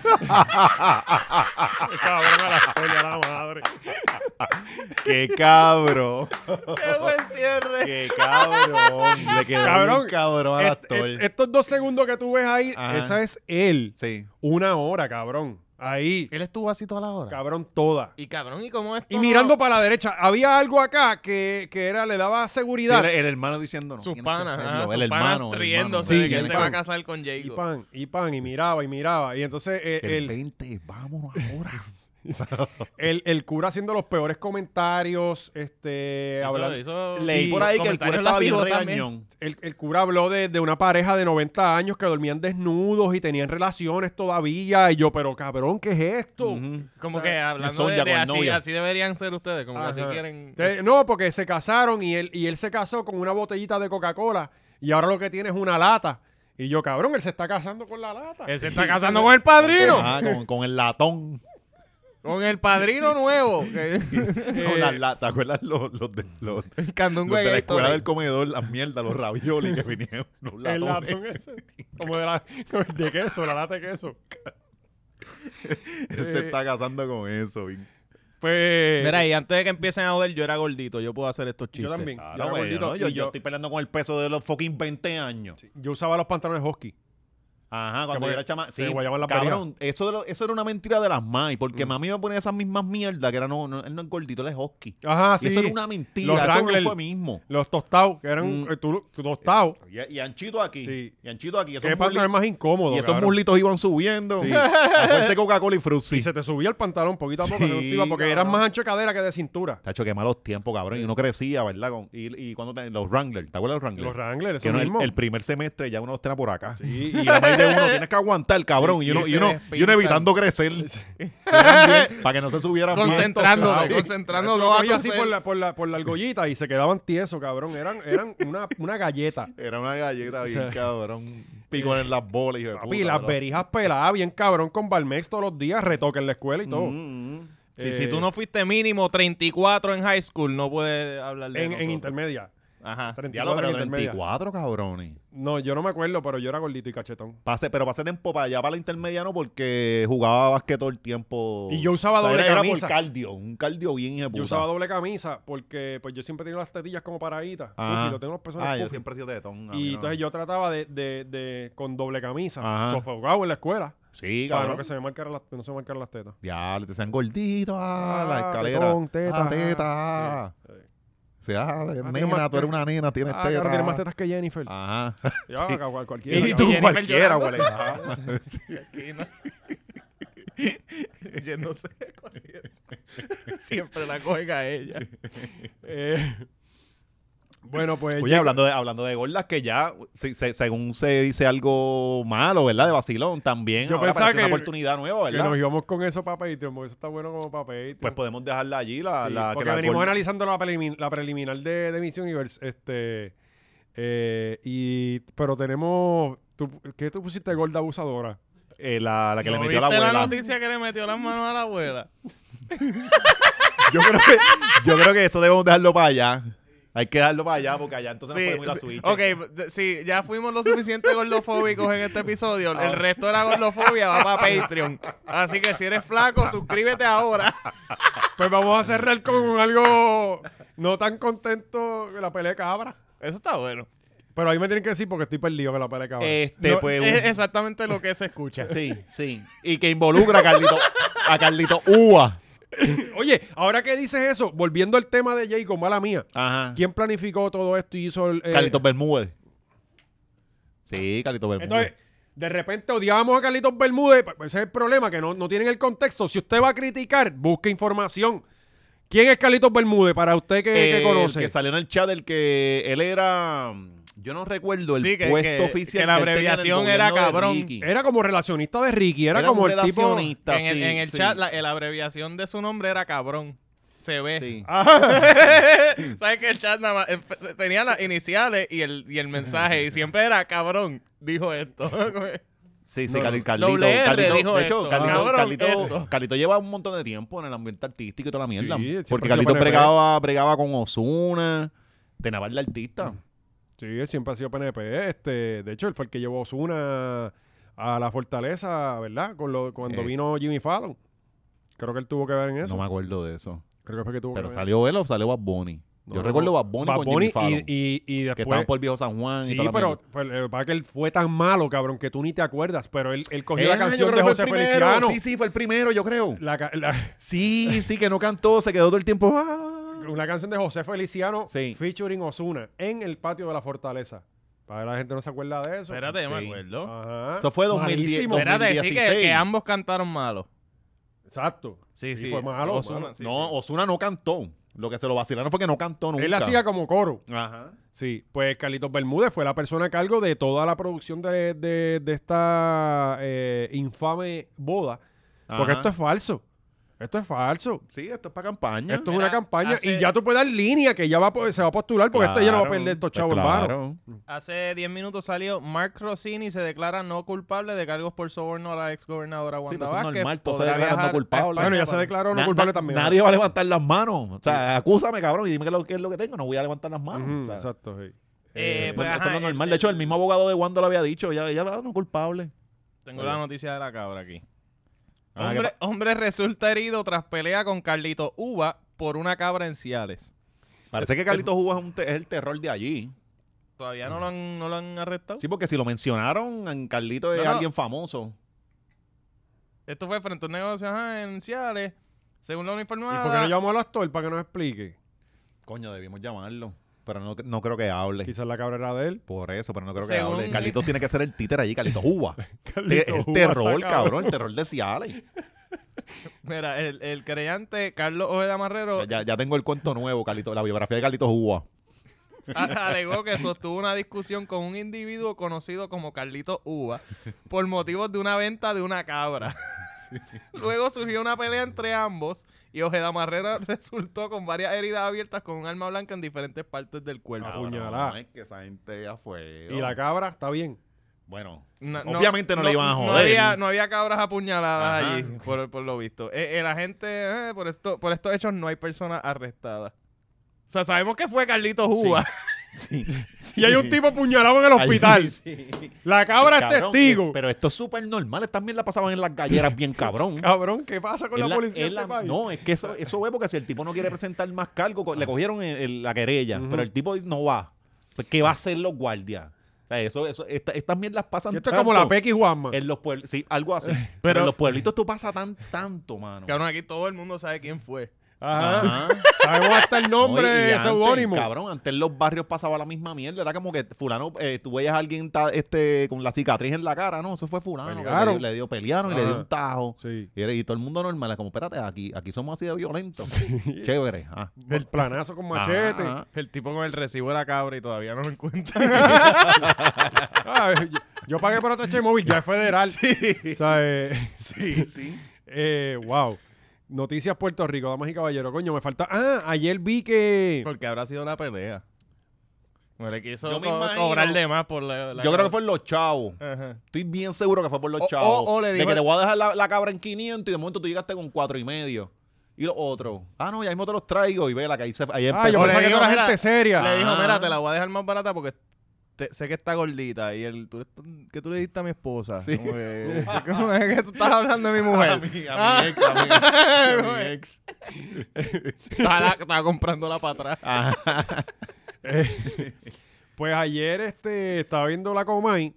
Cabrón, a la peli, a la madre.
Qué cabrón.
Qué buen cierre.
Qué cabrón. Le quedó
Cabrón,
cabrón, cabrón al
este,
Est-
actor.
est- estos dos segundos que tú ves ahí,
Ajá.
esa es él.
sí.
Una hora, cabrón. Ahí,
Él estuvo así toda la hora.
cabrón, toda.
Y cabrón, ¿y cómo es
Y mirando para la derecha, había algo acá que, que era, le daba
Sí,
seguridad.
el, el hermano diciendo no.
Sus
tienes que
panas,
hacerlo,
ah, sus
el hermano,
panas
el
riéndose
hermano.
de que
Sí,
él se
pan.
va a casar con
y eh,
Jacob.
pan, y pan, y miraba, y miraba. Y entonces eh,
El,
el,
20, vámonos ahora.
el- el cura haciendo los peores comentarios, este, hablando,
Leí por ahí que el cura estaba bien regañón.
El, el cura habló de, de una pareja de 90 años que dormían desnudos y tenían relaciones todavía. Y yo, pero cabrón, ¿qué es esto?
Ujú.
Como
O sea,
que hablando
son
de,
ya
de
con
así,
novia.
así deberían ser ustedes, como que así
Ajá.
quieren.
Te- no, porque se casaron y él, y él se casó con una botellita de Coca-Cola y ahora lo que tiene es una lata. Y yo, cabrón, él se está casando con la lata.
Él se está casando con el padrino.
Ajá, con, con el latón.
Con el padrino nuevo. que- Eh,
Con las latas. ¿Te acuerdas los, los de, los,
El
los
candungo
de la
de
escuela del comedor? Las mierdas, los raviolis que vinieron. Los
El
latones.
latón ese. Como de, la- como el de queso, la lata de queso.
eh.
Él se está casando con eso. bien.
Pues.
Mira, y antes de que empiecen a joder, yo era gordito, yo puedo hacer estos chistes.
yo también. yo,
Claro,
era
güey,
gordito
¿no? yo,
y
yo
yo-
estoy peleando con el peso de los fucking 20 años.
yo usaba los pantalones hockey.
Ajá, cuando
porque
yo era chama.
se
Sí,
guayaban las
cabrón, eso, de lo- eso era una mentira de las más. Porque
Mm.
mami me ponía esas mismas mierdas que era no, no, él no es gordito, él es husky.
Ajá,
Y eso era una mentira,
Ah, Los
eso
Wrangler.
no fue mismo.
Los tostados, que eran
Mm.
eh, tú- tú tostados.
Y, y anchito aquí.
Sí.
Y anchito aquí. Esos
Qué pantalón
musli-
más incómodo.
y esos
cabrón.
muslitos iban subiendo.
Sí.
A fuerza de Coca-Cola y Fruitsy.
Y se te subía el pantalón poquito a poco,
Sí,
según te iba, porque
cabrón.
eras más ancho de cadera que de cintura.
Tacho, qué malos tiempos, cabrón. Y uno crecía, ¿verdad? Con, y, y cuando te- los Wrangler, ¿te acuerdas de los Wrangler?
Los Wrangler, eso
que uno, el,
mismo.
el primer semestre ya uno los tenía por acá.
Sí,
Y la madre de uno tienes que aguantar, cabrón. Y uno, y uno, y uno evitando crecer. Eran bien, para que no se subieran bien.
Concentrándose,
Sí.
concentrando
Ah, Eso
dos
cogía
años.
así por la, por, la, por la argollita y se quedaban tiesos, cabrón. Eran, eran una, una galleta.
Era una galleta bien,
sea,
cabrón. Pico en las bolas, hijo de
Papi,
puta,
las
bro.
berijas peladas, bien cabrón, con Balmex todos los días, retoque en la escuela y todo.
Mm, mm.
Si,
Eh,
si tú no fuiste mínimo 34 en high school, no puedes hablar de
En, en
nosotros.
intermedia.
Ajá.
34
Diablo, pero
en intermedia.
34, cabrones.
No, yo no me acuerdo, pero yo era gordito y cachetón.
Pase, pero pasé tiempo para allá, para la intermedia, no, porque jugaba básquet todo el tiempo.
Y yo usaba doble
era,
camisa.
Era por cardio, un cardio bien hijo de puta.
Yo usaba doble camisa porque pues yo siempre tenía las tetillas como paraditas.
Ah.
Puffy, yo tengo los pezones
Ah, yo
puffy.
siempre he sido tetón. a mí
Y
no.
entonces yo trataba de, de, de- con doble camisa,
Ajá.
sofocado en la escuela,
Sí,
para
cabrón.
no que se me marcaran las, no se me marcaran las tetas.
Diablo, te sean gorditos, ah,
Ah,
la escalera.
tetón, teta,
ah, teta.
ajá.
ah.
Sí, sí.
O sea, ah,
tiene más
nena, tú eres una nena, tienes
Ah,
teta.
claro, tiene más tetas que Jennifer.
Ajá.
Ya,
sí.
cual- cualquiera.
Y
cabrón.
tú,
Jennifer
cualquiera,
llorando.
huele. Ah,
Yéndose corriendo. Siempre la cogen a ella.
Eh, bueno, pues.
Oye, hablando de, hablando de gordas, que ya, si- se- según se dice algo malo, ¿verdad? De vacilón, también.
Yo
ahora
pensaba
aparece una
que-
oportunidad nueva,
que
¿verdad?
nos íbamos con eso para Patreon, porque eso está bueno como para Patreon.
Pues podemos dejarla allí, la,
Sí,
la que
porque
la
venimos
gor-
analizando la, prelimi- la preliminar de, de Miss Universe. Este, eh, y, pero tenemos. tú- ¿Qué tú pusiste gorda abusadora?
eh, la, la que le
¿No
metió a la
viste
abuela.
noticia que le metió las manos a la abuela?
Yo creo que, yo creo que eso debemos dejarlo para allá. Hay que dejarlo para allá porque allá entonces
Sí,
nos podemos ir a
sí.
Switch.
Ok, d- sí, ya fuimos lo suficiente gordofóbicos en este episodio. El resto de la gordofobia va para Patreon. Así que si eres flaco, suscríbete ahora.
Pues vamos a cerrar con algo no tan contento que la pelea de cabra.
Eso está bueno.
Pero ahí me tienen que decir porque estoy perdido con la pelea de cabra.
Este,
No,
pues.
es
un-
exactamente lo que se escucha.
Sí, sí. Y que involucra a Carlito, a Carlito Uva.
Oye, ahora que dices eso, volviendo al tema de Jacob, mala mía.
Ajá.
¿Quién planificó todo esto y hizo el. eh,
Carlitos Bermúdez. Sí, Carlitos Bermúdez.
Entonces, de repente odiábamos a Carlitos Bermúdez. Pues Ese es el problema, que no, no tienen el contexto. Si usted va a criticar, busque información. ¿Quién es Carlitos Bermúdez para usted que, que
Eh,
conoce?
El que salió en el chat, el que él era. Yo no recuerdo el
Sí, que-
puesto
que-
oficial.
que la
él tenía en el
abreviación era
gobierno de
cabrón.
Ricky.
Era como relacionista de Ricky, era,
Era
como
un
el tipo.
relacionista,
En el,
sí,
en el
sí,
chat, la, el abreviación de su nombre era cabrón. Se ve.
sí.
¿Sabes que el chat nada más empe- tenía las iniciales y el, y el mensaje? Y siempre era cabrón, dijo esto.
Sí, sí,
No, no.
Carli- Carlito.
Doble R
Carlito-
dijo
de hecho,
esto.
Carlito,
Cabrón,
Carlito-
esto.
Carlito lleva un montón de tiempo en el ambiente artístico y toda la mierda.
Sí, siempre
porque
ha sido
Carlito
PNP.
bregaba, bregaba con Osuna, de Naval de Artista.
Sí, él siempre ha sido PNP. Este, de hecho, él fue el que llevó a Osuna a la fortaleza, ¿verdad? Con lo, cuando
Eh.
vino Jimmy Fallon. Creo que él tuvo que ver en eso.
No me acuerdo de eso.
Creo que fue que tuvo
Pero
que ver.
salió él o salió Bad Bunny.
No,
Yo
no,
recuerdo
no.
Bad Bunny
Bad
con
Bunny
Jimmy Fallon.
y, y, y
que
después...
estaban por Viejo San Juan y
Sí,
toda la
pero
mierda.
pues, lo que pasa es que él fue tan malo, cabrón, que tú ni te acuerdas. Pero él, él cogió la
Ah, yo
canción
creo
de
que fue
José
el primero.
Feliciano.
Sí, sí, fue el primero, yo creo.
La ca- la-
Sí, sí, que no cantó, se quedó todo el tiempo. ah.
una canción de José Feliciano
Sí.
featuring Osuna en el patio de la fortaleza. Para ver, la gente no se acuerda de eso.
Espérate, yo me
Sí.
acuerdo.
Ajá.
Eso fue 2010,
Malísimo.
2000.
Espérate, sí que,
2016.
que ambos cantaron malo.
Exacto.
Sí, sí.
Fue malo.
Ozuna,
malo.
sí.
No, Osuna no cantó. Lo que se lo vacilaron fue que no cantó nunca.
Él hacía como coro.
Ajá.
Sí, pues Carlitos Bermúdez fue la persona a cargo de toda la producción de, de- de esta eh, infame boda. Porque
Ajá.
esto es falso. Esto es falso.
Sí, esto es para campaña.
Esto es
Mira,
una campaña y
hace-
ya tú puedes dar línea que ya va, a po- se va a postular porque esto ya no va a perder
pues
estos chavos
pues
hermanos.
Hace 10 minutos salió Mark Rossini se declara no culpable de cargos por soborno a la ex gobernadora
Sí,
Wanda
pues es
Vázquez.
normal, todos se
Podrá
declaran no
viajar a
culpables.
España
Bueno, ya se
para-
declaró no culpable también.
Nadie va a levantar las manos. O sea, acúsame, cabrón, y dime qué es lo, qué es lo que tengo. No voy a levantar las manos.
Ujú,
O sea,
Exacto, sí.
Eh,
eso-
pues,
eso
ajá,
es lo
el-
eh,
normal. De hecho, el mismo abogado de Wanda lo había dicho. Ya, ya, ah, no culpable.
Tengo la noticia de la cabra aquí.
Ah,
hombre, hombre resulta herido tras pelea con Carlito Uva por una cabra en Ciales.
Parece que Carlitos Uva es, un te- es el terror de allí.
Todavía no lo han, no lo han arrestado.
Sí, porque si lo mencionaron, en Carlito es
No, no.
alguien famoso.
Esto fue frente a un negocio ajá, en Ciales. Según la
¿Y
uniformada.
por qué no llamó al actor para que nos explique?
Coño, debimos llamarlo. Pero no, no creo que hable.
Quizás la cabrera de él.
Por eso, pero no creo que
Según-
hable. Carlitos tiene que ser el títer allí, Carlitos Uva.
Carlitos
el
Uva
terror,
está
cabrón, el terror de Ciales.
Mira, el, el creyente Carlos Ojeda Marrero
Ya, ya tengo el cuento nuevo, Carlitos, la biografía de Carlitos Uva.
a- alegó que sostuvo una discusión con un individuo conocido como Carlito Uva por motivos de una venta de una cabra. Luego surgió una pelea entre ambos y Ojeda Marrero resultó con varias heridas abiertas con un arma blanca en diferentes partes del cuerpo.
Ah, Apuñalada.
Cabrón, es que esa gente afuera.
Y la cabra está bien.
Bueno,
No- no-
obviamente no, le iban a joder.
No había, no había cabras apuñaladas
Ajá.
allí, por, por lo visto. Eh, eh, la gente, eh, por, esto, por estos hechos, no hay personas arrestadas. O sea, sabemos que fue Carlitos Uva.
Sí.
Y hay un tipo apuñalado en el hospital.
Sí.
La cabra es
Cabrón,
testigo.
es- pero esto es súper normal. También la pasaban en las galleras bien cabrón.
Cabrón, ¿qué pasa con
Es
la,
la-
policía
es
en
la-
este país? Ah.
no, es que eso, eso es porque si el tipo no quiere presentar más cargo, co- le cogieron el- el- la querella, pero el tipo no va. Pues, ¿Qué va a hacer los guardias? O sea, eso, eso, esta- estas mierdas pasan
Esto es como
tanto
la Pequi Juanma.
En los pueblos, sí, algo así. pero en los pueblitos tú pasa tan, tanto, mano.
Cabrón, aquí todo el mundo sabe quién fue.
Ajá.
Ajá.
Sabemos hasta el
No, y- y
nombre
antes,
seudónimo.
Cabrón, antes en los barrios pasaba la misma mierda. Era como que fulano, eh, tú veías a alguien ta- este, con la cicatriz en la cara. No, eso fue fulano. que Le
Pelearon.
dio, le dio- pelearon y le dio
Ajá.
un tajo.
Sí.
Y, era- y todo el mundo normal. es Como, espérate, aquí, aquí somos así de violentos. Chévere. ah.
El planazo con machete.
Ah,
El tipo con el recibo de la cabra y todavía no lo encuentra.
Ah, yo, yo pagué por ATH móvil, ya es federal. O sea, eh,
sí, sí.
eh, wow. Noticias Puerto Rico, damas y caballeros. Coño, me falta. Ah, ayer vi que.
Porque habrá sido la pelea. Me le quiso
Yo me
co-
imagino-
cobrarle más por la, la
Yo creo
cabra.
que fue en los chavos.
Ajá.
Estoy bien seguro que fue por los
O- o-
chavos.
o le
de
dijo-
que te voy a dejar la, la cabra en 500 y de momento tú llegaste con cuatro y medio. Y los otros. Ah, no, ya mismo te los traigo y vela que ahí, se, ahí
Ah, yo
empezó.
le
pensaba que tú
digo,
eras
mira,
gente seria.
Le dijo,
Ah.
mira, te la voy a dejar más barata porque te- sé que está gordita. Y el, tú, que tú le diste a mi esposa.
Sí.
Como que- ¿Cómo es que tú estás hablando de mi mujer? Ah,
A mi ex, a mi
Ah.
ex, a mi ex.
estaba, estaba comprándola para atrás.
Eh, pues ayer este, estaba viendo la Comay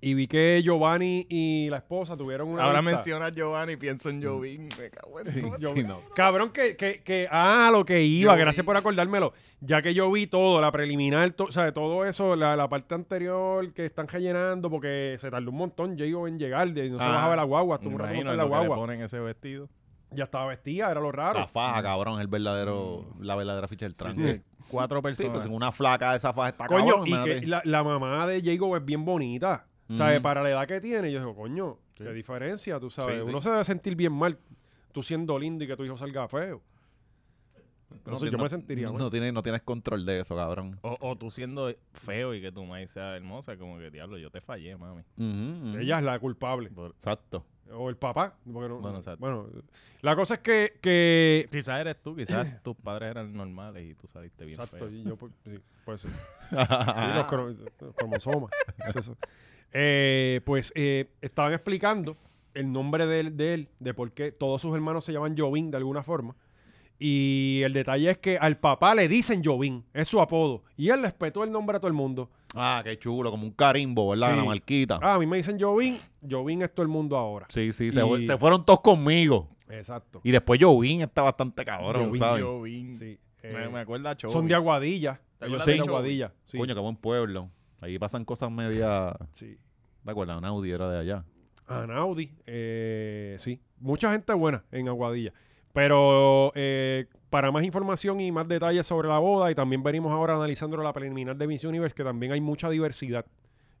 y vi que Giovanni y la esposa tuvieron una.
Ahora
vista.
mencionas Giovanni y pienso en Jovín. Me cago en todo.
Ah, Sí, no.
Cabrón, que, que, que- Ah, lo que iba,
Yo
gracias
vi.
por acordármelo. Ya que yo vi todo, la preliminar, to- o sea, todo eso, la, la parte anterior que están rellenando, porque se tardó un montón, llegó en llegar, de, no se
Ah,
bajaba la guagua, tuvo un rato
imagino
montada en la
lo que le
guagua.
ponen ese vestido.
Ya estaba vestida, era lo raro.
La faja, cabrón, es el verdadero, la verdadera ficha del trans. Sí,
sí.
Cuatro
pues
personas.
en una flaca de esa faja está
Coño,
Ah, cabrón.
y
imagínate.
que la, la mamá de Jago es bien bonita. ¿Sabes?
Ujú.
Para la edad que tiene, yo digo, coño, qué diferencia, tú sabes.
Sí, sí.
Uno se debe sentir bien mal tú siendo lindo y que tu hijo salga feo.
No
Entonces, yo
tiene-
me sentiría
No,
mal.
tienes, no tienes control de eso, cabrón.
O, o tú siendo feo y que tu maíz sea hermosa, como que diablo, yo te fallé, mami.
Ujú, ujú.
Ella es la culpable.
Exacto.
O el papá. porque no-
Bueno, exacto.
bueno, la cosa es que. que-
Quizás eres tú, quizás tus padres eran normales y tú saliste bien
exacto,
feo.
y yo, pues, sí, puede ser. Sí, los, cromo- los cromosomas. es eso. Eh, pues eh, estaban explicando el nombre de él, de él, de por qué todos sus hermanos se llaman Jovin de alguna forma. Y el detalle es que al papá le dicen Jovin, es su apodo. Y él respetó el nombre a todo el mundo.
Ah, qué chulo, como un carimbo, ¿verdad?
Sí.
La marquita.
Ah, a mí me dicen Jovin, Jovin es todo el mundo ahora.
Sí, sí, se,
Y-
se fueron todos conmigo.
Exacto.
Y después Jovín está bastante cabrón,
Jovín,
¿sabes?
Jovín.
Sí,
me,
eh,
me acuerda a Chovy.
son de Aguadilla.
¿Te
Ellos
acuerdas
son
de
de
Jovin?
Aguadilla. Sí.
Coño, qué buen pueblo. Ahí pasan cosas media...
Sí.
¿Te acuerdas? Naudi era de allá.
Anaudi, eh, sí. Mucha gente buena en Aguadilla. Pero eh, para más información y más detalles sobre la boda, y también venimos ahora analizando la preliminar de Miss Universe, que también hay mucha diversidad.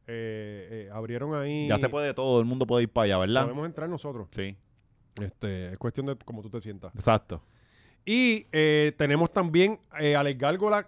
Eh, eh, abrieron ahí.
Ya se puede todo, el mundo puede ir para allá, ¿verdad?
Podemos entrar nosotros.
Sí,
Este, es cuestión de cómo tú te sientas.
exacto.
Y eh, tenemos también eh, Alex Gárgola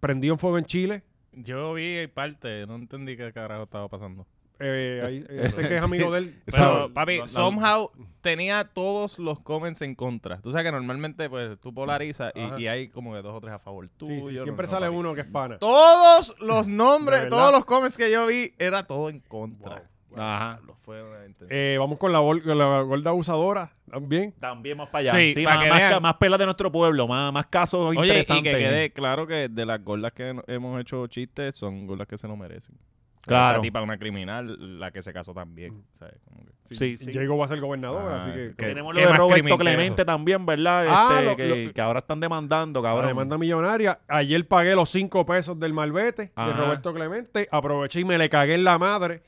prendido en fuego en Chile.
Yo vi parte, no entendí qué carajo estaba pasando.
Eh, ahí- eh, sé que es amigo de él.
Eso
Pero,
no-
papi,
no- no-
somehow tenía todos los comments en contra. Tú sabes que normalmente pues tú polarizas
Ajá.
y, y hay como que dos o tres a favor tuyo.
Sí, sí,
no,
siempre
no,
sale
papi.
uno que es pana.
Todos los
De
nombres,
verdad.
todos los comments que yo vi era todo en
Wow.
contra.
Ajá.
Lo fue una intención.
Eh, vamos con la, bol- con la gorda abusadora también.
También más para allá.
Sí,
Sí,
para
más,
que
más
vean.
ca- más pelas de nuestro pueblo, más, más casos
Oye, y
interesantes.
que quede claro que de las gordas que no- hemos hecho chistes son gordas que se lo merecen.
Claro.
Esta tipa es una criminal, la que se casó también. ¿sabes? Como que-
Sí, sí.
Diego va a ser gobernador,
Ah,
así que...
sí, que-
Tenemos
¿Qué
lo de
más
Roberto
crimen que
Clemente también, ¿verdad?
Ah,
Este,
lo-
que,
lo-
que ahora están demandando,
La
cabrón.
demanda millonaria. Ayer pagué los cinco pesos del malvete de
Ajá.
Roberto Clemente. Aproveché y me le cagué en la madre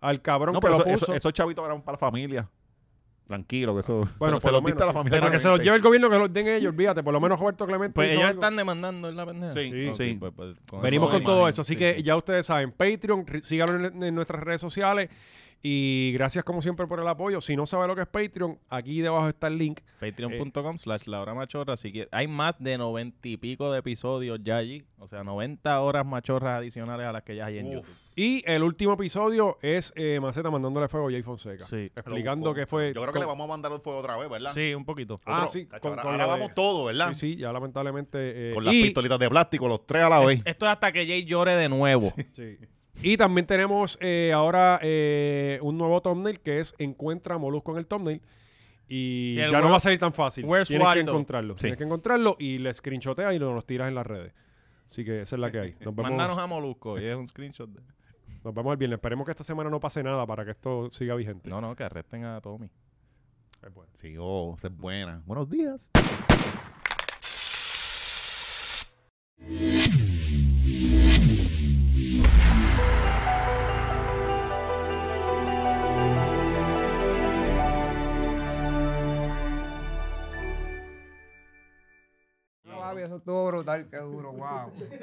al cabrón
No,
que
pero
lo
eso-
puso.
eso- esos chavitos eran para la familia. Tranquilo, que eso.
Bueno,
se,
por lo
los diste a la
menos,
familia.
Pero que se los
Clemente.
lleve el gobierno, que los den ellos, olvídate. Por lo menos Roberto Clemente
Pues
hizo
ellos
algo.
están demandando en la pendeja.
Sí,
Ok,
sí.
pues- pues con
Venimos
eso
con
me
todo
imagino.
eso. Así
Sí,
que
sí.
ya ustedes saben, Patreon, ri- síganos en, en nuestras redes sociales. Y gracias como siempre por el apoyo. Si no sabe lo que es Patreon, aquí debajo está el link.
Patreon.com slash la hora machorra. Así que hay más de noventa y pico de episodios ya allí. O sea, 90 horas machorras adicionales a las que ya hay en YouTube.
Y el último episodio es eh, Maceta mandándole fuego a Jay Fonseca.
Sí.
Explicando que fue...
Yo creo que le vamos a mandar el fuego otra vez, ¿verdad?
Sí, un poquito.
Ah,
Otro-
sí,
Tacho,
con-
ahora
con
ahora
la de-
vamos todo, ¿verdad?
Sí, sí, ya lamentablemente... eh,
Con las
y- eh,
pistolitas de plástico, los tres a la vez.
Esto es hasta que Jay llore de nuevo.
Sí. Y también tenemos eh, ahora eh, un nuevo thumbnail que es Encuentra Molusco en el thumbnail. Y
Sí, el
ya no
Where-
va a salir tan fácil.
Where's
Tienes que
Waldo?
encontrarlo.
Sí.
Tienes que encontrarlo y le screenshoteas y lo- nos tiras en las redes. Así que esa es la que hay. Nos
Mándanos
vemos,
a Molusco. Y es un screenshot. de-
nos vemos el viernes. Esperemos que esta semana no pase nada para que esto siga vigente.
No, no, que arresten a Tommy.
Es bueno.
Sí, oh, esa es buena. Buenos días.
Eso estuvo brutal, qué duro, wow.